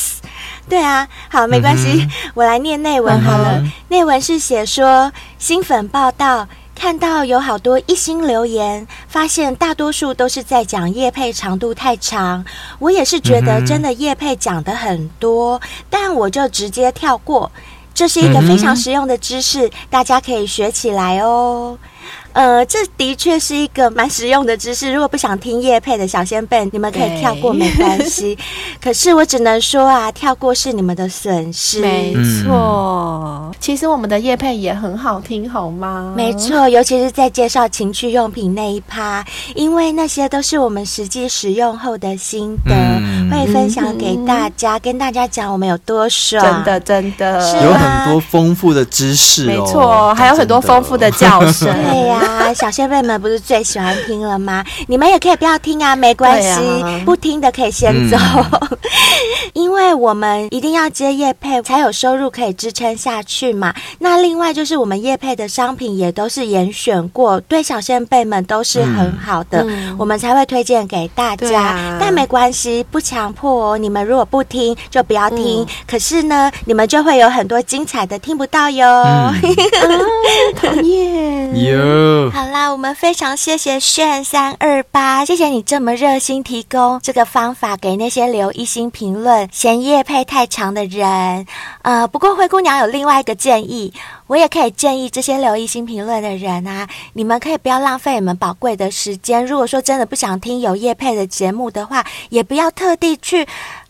S2: 对啊，好，没关
S4: 嗯
S2: 系，我来念内文好了。内文是写说，新粉报道看到有好多一星留言，发现大多数都是在讲叶配长度太长。我也是觉
S4: 嗯
S2: 得真的叶配讲的很多，但我就直接跳过。这是一个非
S4: 嗯
S2: 常实用的知识，大家可以学起来哦。呃，这的确是一个蛮实用的知识。如果不想听叶配的小先辈，你们可以
S4: 对
S2: 跳过，没关系。 可是我只能说啊，跳过是你们的损失。
S4: 没错，其实我们的叶配也很好听，好吗？
S2: 没，错，尤其是在介绍情趣用品那一趴，因为那些都是我们实际使用后的心得，
S3: 嗯
S2: 会分享给大家，跟大家讲我们有多爽。
S4: 嗯真的真的，
S2: 是
S3: 有
S2: 啊
S3: 很多丰富哦的知识、哦，
S4: 没错，还有很多丰富的叫声。
S2: 对呀、
S4: 啊
S2: 小先辈们不是最喜欢听了吗？ 你们也可以不要听啊，没关系，
S4: 对啊
S2: 不听的可以先走， 因为我们一定要接业配才有收入可以支撑下去嘛。那另外就是我们业配的商品也都是严选过，对小先辈们都是很好的，
S4: 嗯
S2: 我们才会推荐给大
S4: 对
S2: 家。
S4: 啊
S2: 但没关系，不强迫哦。你们如果不听就不要听，
S4: 嗯
S2: 可是呢，你们就会有很多精彩的听不到哟。 啊
S4: 讨
S2: 嗯
S4: 厌，
S3: 哟。
S2: 好啦，我们非常谢谢炫三二八，谢谢你这么热心提供这个方法给那些留一星评论嫌夜配太长的人。呃，不过灰姑娘有另外一个建议，我也可以建议这些留一星评论的人啊，你们可以不要浪费你们宝贵的时间。如果说真的不想听有夜配的节目的话，也不要特地去。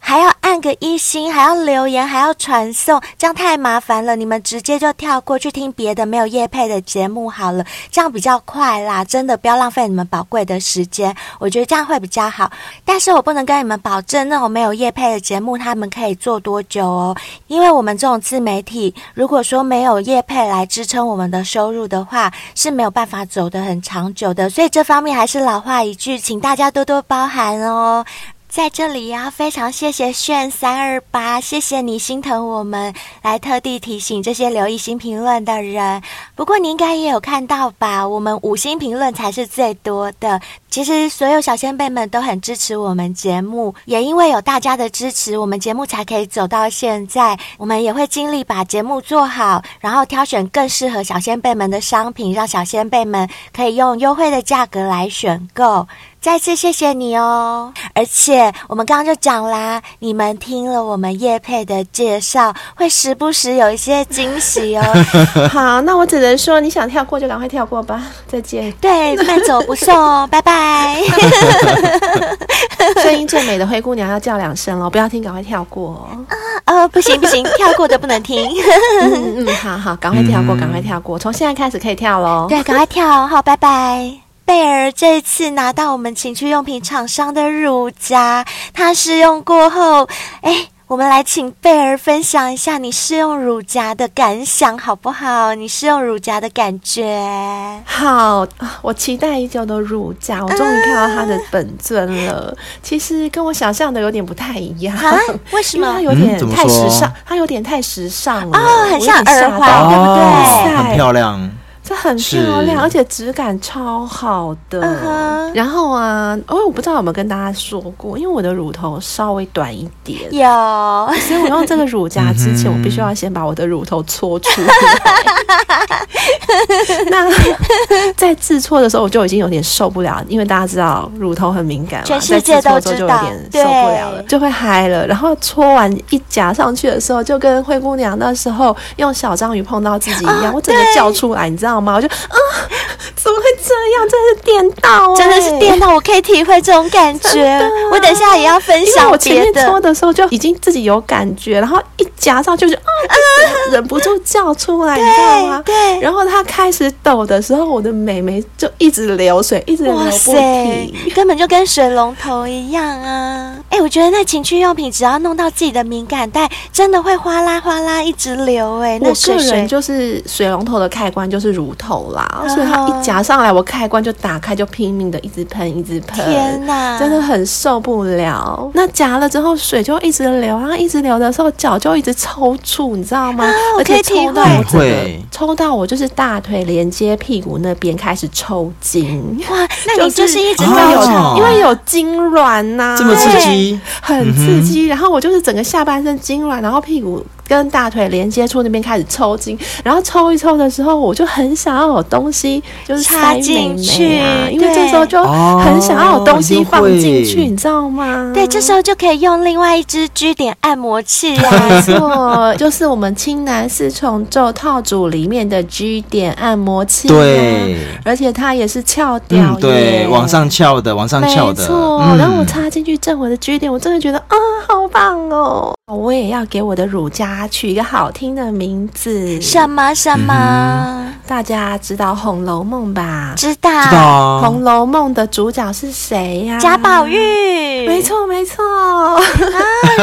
S2: 还要按个一星，还要留言，还要传送，这样太麻烦了。你们直接就跳过去听别的没有业配的节目好了，这样比较快啦。真的不要浪费你们宝贵的时间，我觉得这样会比较好。但是我不能跟你们保证那种没有业配的节目他们可以做多久哦，因为我们这种自媒体，如果说没有业配来支撑我们的收入的话，是没有办法走得很长久的。所以这方面还是老话一句，请大家多多包涵哦。在这里呀、非常谢谢炫三二八，谢谢你心疼我们，来特地提醒这些留一星评论的人。不过你应该也有看到吧，我们五星评论才是最多的。其实所有小先辈们都很支持我们节目，也因为有大家的支持，我们节目才可以走到现在。我们也会尽力把节目做好，然后挑选更适合小先辈们的商品，让小先辈们可以用优惠的价格来选购。再次谢谢你哦！而且我们刚刚就讲啦，你们听了我们叶佩的介绍，会时不时有一些惊喜 哦。
S4: 好，那我只能说，你想跳过就赶快跳过吧， 再见。
S2: 对，慢走不送 哦，拜拜。
S4: 声音最美的灰姑娘要叫两声哦，不要听，赶快跳过哦。
S2: 呃，不行不行，跳过的不能 听。
S4: 嗯嗯，好好，赶快跳过，赶快跳过，从现在开始可以跳喽。
S2: 对，赶快跳哦，好，拜拜。贝尔这次拿到我们情趣用品厂商的乳夹，他试用过后，哎，我们来请贝尔分享一下你试用乳夹的感想好不好？你试用乳夹的感觉？
S4: 好，啊我期待已久的乳价，我终于看到它的本尊了。其实跟我想象的有点不太一样，
S2: 啊为什
S4: 因为
S2: 么
S4: 它有点
S3: 嗯怎么
S4: 太时
S3: 说
S4: 尚，它有点太时尚了，
S2: 哦很像
S4: 我有点吓
S2: 耳环
S4: 到
S2: 对不对
S4: 哇塞
S3: 很漂亮。
S4: 这很
S3: 啊是
S4: 漂亮，而且质感超好的。
S2: 嗯哼
S4: 然后啊，哦，我不知道有没有跟大家说过，因为我的乳头稍微短一点，
S2: 有，
S4: 所以我用这个乳夹之前，
S3: 嗯哼
S4: 我必须要先把我的乳头搓出来。 那在自搓的时候，我就已经有点受不了，因为大家知道乳头很敏感嘛，
S2: 全世界
S4: 在
S2: 都
S4: 自搓
S2: 知
S4: 之
S2: 道
S4: 后就有点受不了了，
S2: 对
S4: 就会嗨了。然后搓完一夹上去的时候，就跟灰姑娘那时候用小章鱼碰到自己一
S2: 啊
S4: 样，我整个叫出来，你知道吗？我就啊，怎么会这样？真是电到、欸，
S2: 真的是电到，我可以体会这种感 觉。我等一下也要分
S4: 因为
S2: 享
S4: 我前
S2: 别
S4: 面搓
S2: 的。
S4: 的时候就已经自己有感觉，然后一夹 上去就啊，忍不住叫出来，你知道吗？
S2: 对
S4: 然后它开始抖的时候，我的美眉就一直流水，一直流
S2: 哇
S4: 不
S2: 塞
S4: 停。，
S2: 根本就跟水龙头一样啊！哎、我觉得那情趣用品只要弄到自己的敏感带，真的会哗啦哗啦一直流哎、那
S4: 我
S2: 水
S4: 个人
S2: 水
S4: 就是水龙头的开关就是乳头啦，所以它
S2: 啊
S4: 一夹上来，我开关就打开，就拼命的一直喷，一直喷。
S2: 天哪，
S4: 真的很受不了。那夹了之后，水就一直流，然后一直流的时候，脚就一直抽搐，你知道吗？而
S2: 啊可
S4: 且
S2: 以体
S4: 抽到
S2: 会
S4: 我整个
S3: 会，
S4: 抽到我就是大腿连接屁股那边开始抽筋。
S2: 哇！那你就是一直
S4: 因为
S2: 高
S3: 哦
S2: 潮，
S4: 有因为有痉挛呐、
S3: 这么刺激，
S4: 很刺
S2: 嗯
S4: 激。然后我就是整个下半身痉挛，然后屁股跟大腿连接处那边开始抽筋，然后抽一抽的时候，我就很想要有东西就是
S2: 插
S4: 塞妹
S2: 进
S4: 妹啊，
S2: 去
S4: 因为这时候就
S3: 对
S4: 很想要有东
S3: 哦
S4: 西
S3: 又
S4: 放进去，
S3: 会
S4: 你知道吗？
S2: 对，这时候就可以用另外一支 G 点按摩器啊呀、
S4: 没错，就是我们青南四重奏套组里面的 G 点按摩器、啊，
S3: 对
S4: 而且它也是翘掉耶、
S3: 嗯，对，往上翘的，往上翘的，
S4: 没错，
S3: 嗯
S4: 然后我插进去正我的 G 点，我真的觉得啊，好棒哦！我也要给我的乳加取一个好听的名字，
S2: 什么什么、
S4: 大家知道《红楼梦》吧？
S2: 知道？
S3: 知道
S2: 哦
S3: 啊，
S4: 红楼梦》的主角是谁呀、
S2: 贾宝。玉，
S4: 没错，没错，
S2: 啊，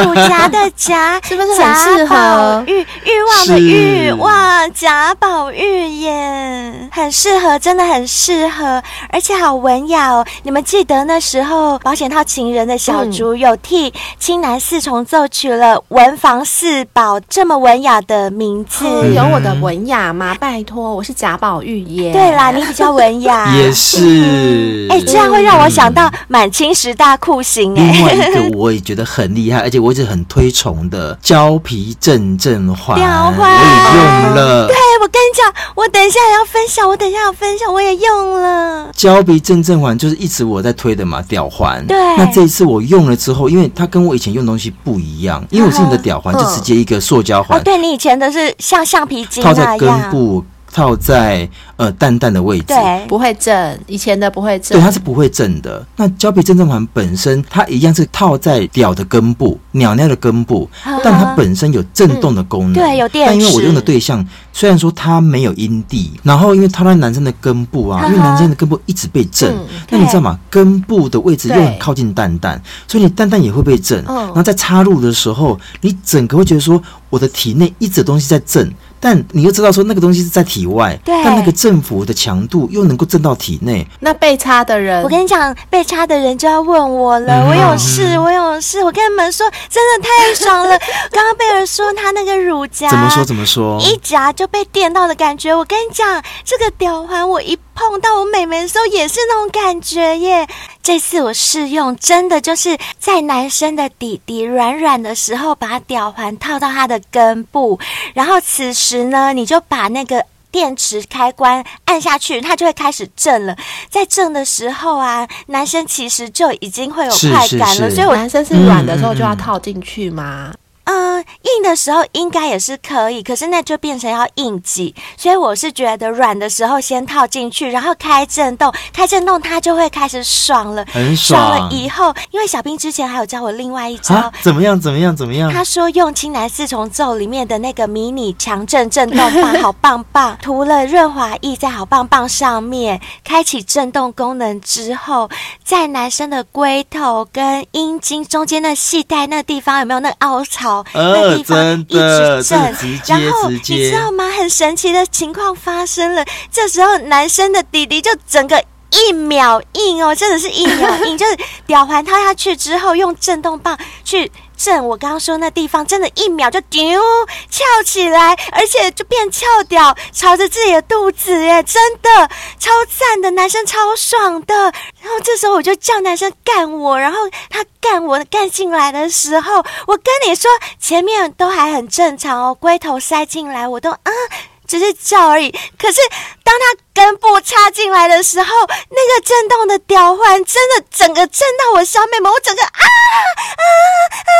S2: 乳夹的夹，
S4: 是不是很适合
S2: 贾宝
S4: 嗯
S2: 玉欲望的欲
S3: 是
S2: 哇，贾宝玉耶，很适合，真的很适合，而且好文雅哦。你们记得那时候保险套情人的小猪有替青南四重奏取了文房四宝这么文雅的名字。
S4: 有我的文雅吗？拜托，我是贾宝玉耶。
S2: 对啦，你比较文 雅。
S3: 也是。
S2: 哎、这样会让我想到《满清十大酷刑、哎。
S4: 嗯
S3: 另外一个我也觉得很厉害，而且我一直很推崇的胶皮正正环，
S2: 吊环
S3: 我也用了。
S2: 哎，我跟你讲，我等一下也要分享，我等一下要分享，我也用了。
S3: 胶皮正正环就是一直我在推的嘛，吊环。
S2: 对
S3: 那这一次我用了之后，因为它跟我以前用的东西不一样，因为我之前
S2: 嗯
S3: 的吊环就直接一个塑胶
S2: 哦，
S3: 环，
S2: 对你以前的是像橡皮筋
S3: 套
S2: 那
S3: 在根
S2: 样，
S3: 部，套在呃蛋蛋的位置。
S2: 对，
S4: 不会正，以前的不会正。
S3: 对，它是不会震的。那胶皮震动环本身，它一样是套在鸟的根部、鸟鸟的根部，但它本身有震动的功能。
S2: 啊嗯对有电
S3: 但因为我
S2: 池
S3: 用的对象虽然说它没有阴蒂，然后因为套在男生的根部啊，因为男生的根部一直被震，
S2: 嗯
S3: 那你知道吗？根部的位置又
S4: 对
S3: 很靠近蛋蛋，所以你蛋蛋也会被震。
S4: 嗯
S3: 然后在插入的时候，你整个会觉得说，我的体内一直有东西在震。但你又知道说那个东西是在体外，
S2: 对
S3: 但那个振幅的强度又能够震到体内，
S4: 那被插的人
S2: 我，跟你讲，被插的人就要问我
S3: 嗯
S2: 了，我有事，我有事。我跟你们说，真的太爽 了。刚刚贝尔说他那个乳夹，
S3: 怎么说怎么说？
S2: 一夹就被电到的感觉。我跟你讲，这个吊环我一碰到我妹妹的时候也是那种感觉耶。这次我试用，真的就是在男生的底底软软的时候，把吊环套到他的根部，然后此时呢，你就把那个。电池开关按下去，它就会开始震了。在震的时候啊，男生其实就已经会有
S3: 是
S2: 快
S3: 是
S2: 感了，
S3: 是
S2: 所以我
S4: 男生是软的时候就要套进去吗？
S2: 嗯，硬的时候应该也是可以，可是那就变成要硬挤，所以我是觉得软的时候先套进去，然后开震动，开震动它就会开始爽了，
S3: 很
S2: 了
S3: 爽
S2: 以后，因为小兵之前还有教我另外一招。
S3: 啊！怎么样怎么样怎么样？
S2: 他说用《青南四重奏》里面的那个迷你强震震动棒，好棒棒！涂了润滑液在好棒棒上面，开启震动功能之后，在男生的龟头跟阴茎中间那系带那地方有没有那个凹槽？那
S3: 呃
S2: 地方一
S3: 真的
S2: 直震
S3: 这，直接
S2: 然后
S3: 直
S2: 你
S3: 接
S2: 知道吗？很神奇的情况发生了，这时候男生的底底就整个。一秒硬哦，真的是一秒 硬，就是吊环套下去之后，用震动棒去震我刚刚说那地方，真的，一秒就丢翘起来，而且就变翘屌，朝着自己的肚子，哎，真的超赞的，男生超爽的。然后这时候我就叫男生干我，然后他干我干进来的时候，我跟你说，前面都还很正常哦，龟头塞进来，我都啊。只是叫而已。可是当他根部插进来的时候，那个震动的吊环真的整个震到我小妹妹，我整个啊啊啊！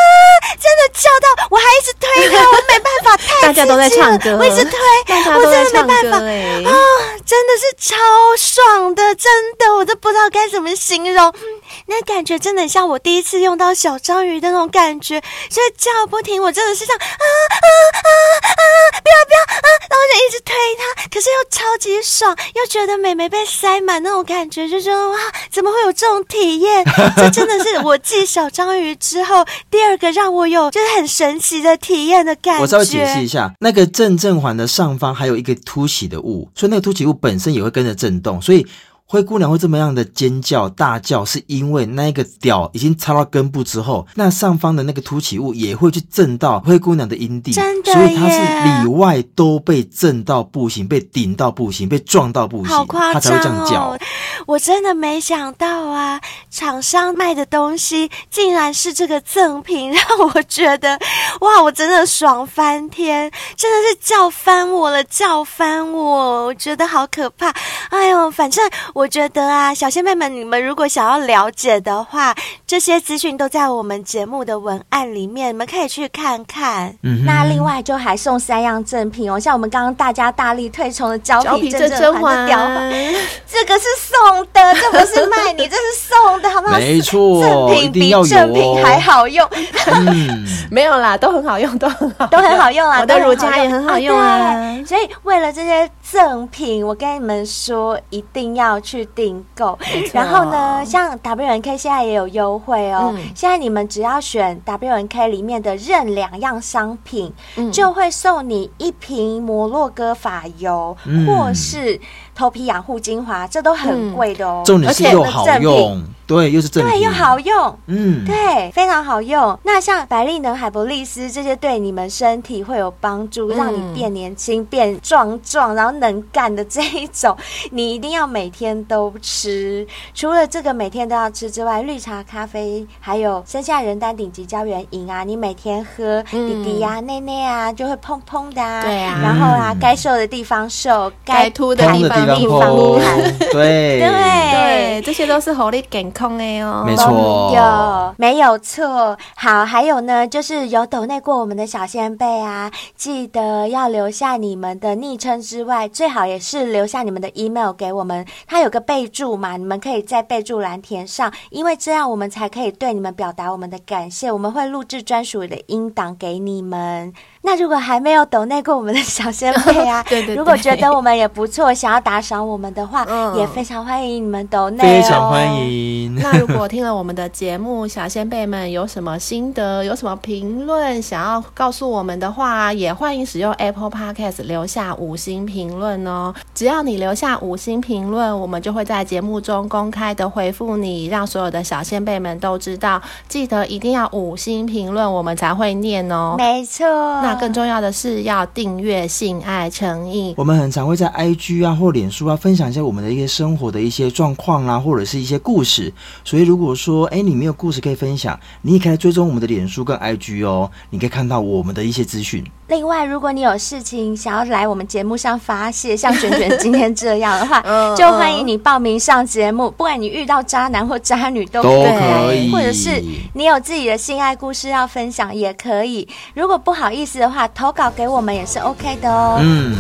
S2: 真的叫到，我还一直推他，我没办法，太
S4: 大家都在
S2: 刺激了
S4: 唱歌
S2: 我一直推，
S4: 大家
S2: 我
S4: 都在
S2: 真的
S4: 唱
S2: 没办
S4: 歌
S2: 法。
S4: 哎、
S2: 啊，真的是超爽的，真的，我都不知道该怎么形容。嗯那感觉真的很像我第一次用到小章鱼的那种感觉，所以叫不停，我真的是像啊啊啊啊，不要不要啊，然后就一直推它，可是又超级爽，又觉得美眉被塞满那种感觉，就觉得哇，怎么会有这种体验？这真的是我继小章鱼之后第二个让我有就是很神奇的体验的感觉。
S3: 我稍微解释一下，那个正正环的上方还有一个凸起的物，所以那个凸起物本身也会跟着震动，所以灰姑娘会这么样的尖叫大叫，是因为那个屌已经插到根部之后，那上方的那个凸起物也会去震到灰姑娘的阴蒂，
S2: 真的
S3: 所以她
S2: 耶
S3: 是里外都被震到不行，被顶到不行，被撞到不行，
S2: 好夸
S3: 她才
S2: 张
S3: 会这样叫
S2: 哦。！我真的没想到啊，厂商卖的东西竟然是这个赠品，让我觉得哇，我真的爽翻天，真的是叫翻我了，叫翻我，我觉得好可怕。哎呦，反正我觉得啊，小仙妹们，你们如果想要了解的话，这些资讯都在我们节目的文案里面，你们可以去看看。
S3: 嗯哼
S2: 那另外就还送三样赠品哦，像我们刚刚大家大力推崇的胶
S4: 脚
S2: 皮
S4: 皮
S2: 正
S4: 正
S2: 正
S4: 正
S2: 环
S4: 环
S2: 的雕环。这个是送的，这不是卖你，这是送的，好不好？
S3: 没错
S2: 赠
S3: 一
S2: 品
S3: 定
S2: 比
S3: 要有哦
S2: 正品还好用，
S3: 嗯，
S4: 没有啦，都很好用，都很好用，
S2: 都很好用啊。
S4: 我的
S2: 都
S4: 乳夹也很好用啊
S2: 对。所以为了这些赠品，我跟你们说，一定要去订购。
S4: 错
S2: 然后呢，像 W N K 现在也有优惠哦。
S4: 嗯
S2: 现在你们只要选 W N K 里面的任两样商品，
S4: 嗯
S2: 就会送你一瓶摩洛哥发油，
S3: 嗯
S2: 或是头皮养护精华，这都很
S4: 嗯
S2: 贵的哦。
S3: 重点是
S4: 而且
S3: 又好用，对，又是正品，
S2: 对，又好用。
S3: 嗯，
S2: 对，非常好用。那像百利能、海博利斯这些，对你们身体会有帮助，
S4: 嗯
S2: 让你变年轻、变壮壮，然后能干的这一种，你一定要每天都吃。除了这个每天都要吃之外，绿茶、咖啡，还有生下人丹顶级胶原饮啊，你每天喝，
S4: 嗯
S2: 弟弟呀、内内啊，就会砰砰的啊。
S4: 对啊
S2: 然后啊
S3: 嗯，
S2: 该瘦的地方瘦，
S4: 该凸的
S3: 通的地
S4: 地
S3: 方
S4: 方
S2: 地
S4: 凸
S2: 方
S3: 抠
S2: 看， 对
S3: 对
S4: 对，哎这些都是活力健康的哦。
S3: 没错
S2: 有没有错？好，还有呢，就是有抖内过我们的小先辈啊，记得要留下你们的昵称之外，最好也是留下你们的 email 给我们，它有个备注嘛，你们可以在备注栏填上，因为这样我们才可以对你们表达我们的感谢，我们会录制专属的音档给你们。那如果还没有抖内过我们的小仙贝啊，
S4: 对对对
S2: 如果觉得我们也不错，想要打赏我们的话，
S4: 嗯
S2: 也非常欢迎你们抖内、
S3: 非常欢。迎。
S4: 那如果听了我们的节目，小先辈们有什么心得，有什么评论想要告诉我们的话，也欢迎使用 Apple Podcast 留下五星评论哦。只要你留下五星评论，我们就会在节目中公开的回复你，让所有的小先辈们都知道。记得一定要五星评论，我们才会念哦。
S2: 没错，
S4: 那更重要的是要订阅性爱成瘾。
S3: 我们很常会在 IG 啊或脸书啊分享一下我们的一些生活的一些状况啦、或者是一些故事。所以如果说哎你没有故事可以分享，你也可以追踪我们的脸书跟 IG 哦，你可以看到我们的一些资讯。
S2: 另外，如果你有事情想要来我们节目上发泄，像卷卷今天这样的话
S4: 嗯，
S2: 就欢迎你报名上节目。不管你遇到渣男或渣女都
S3: 都
S4: 可
S3: 以
S2: 或者是你有自己的性爱故事要分享也可以。如果不好意思的话，投稿给我们也是 OK 的哦。
S3: 嗯，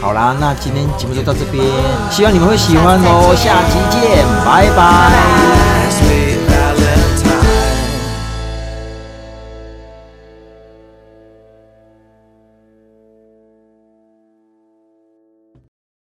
S3: 好啦，那今天节目就到这边，希望你们会喜欢哦，下期见，拜拜
S1: Ask me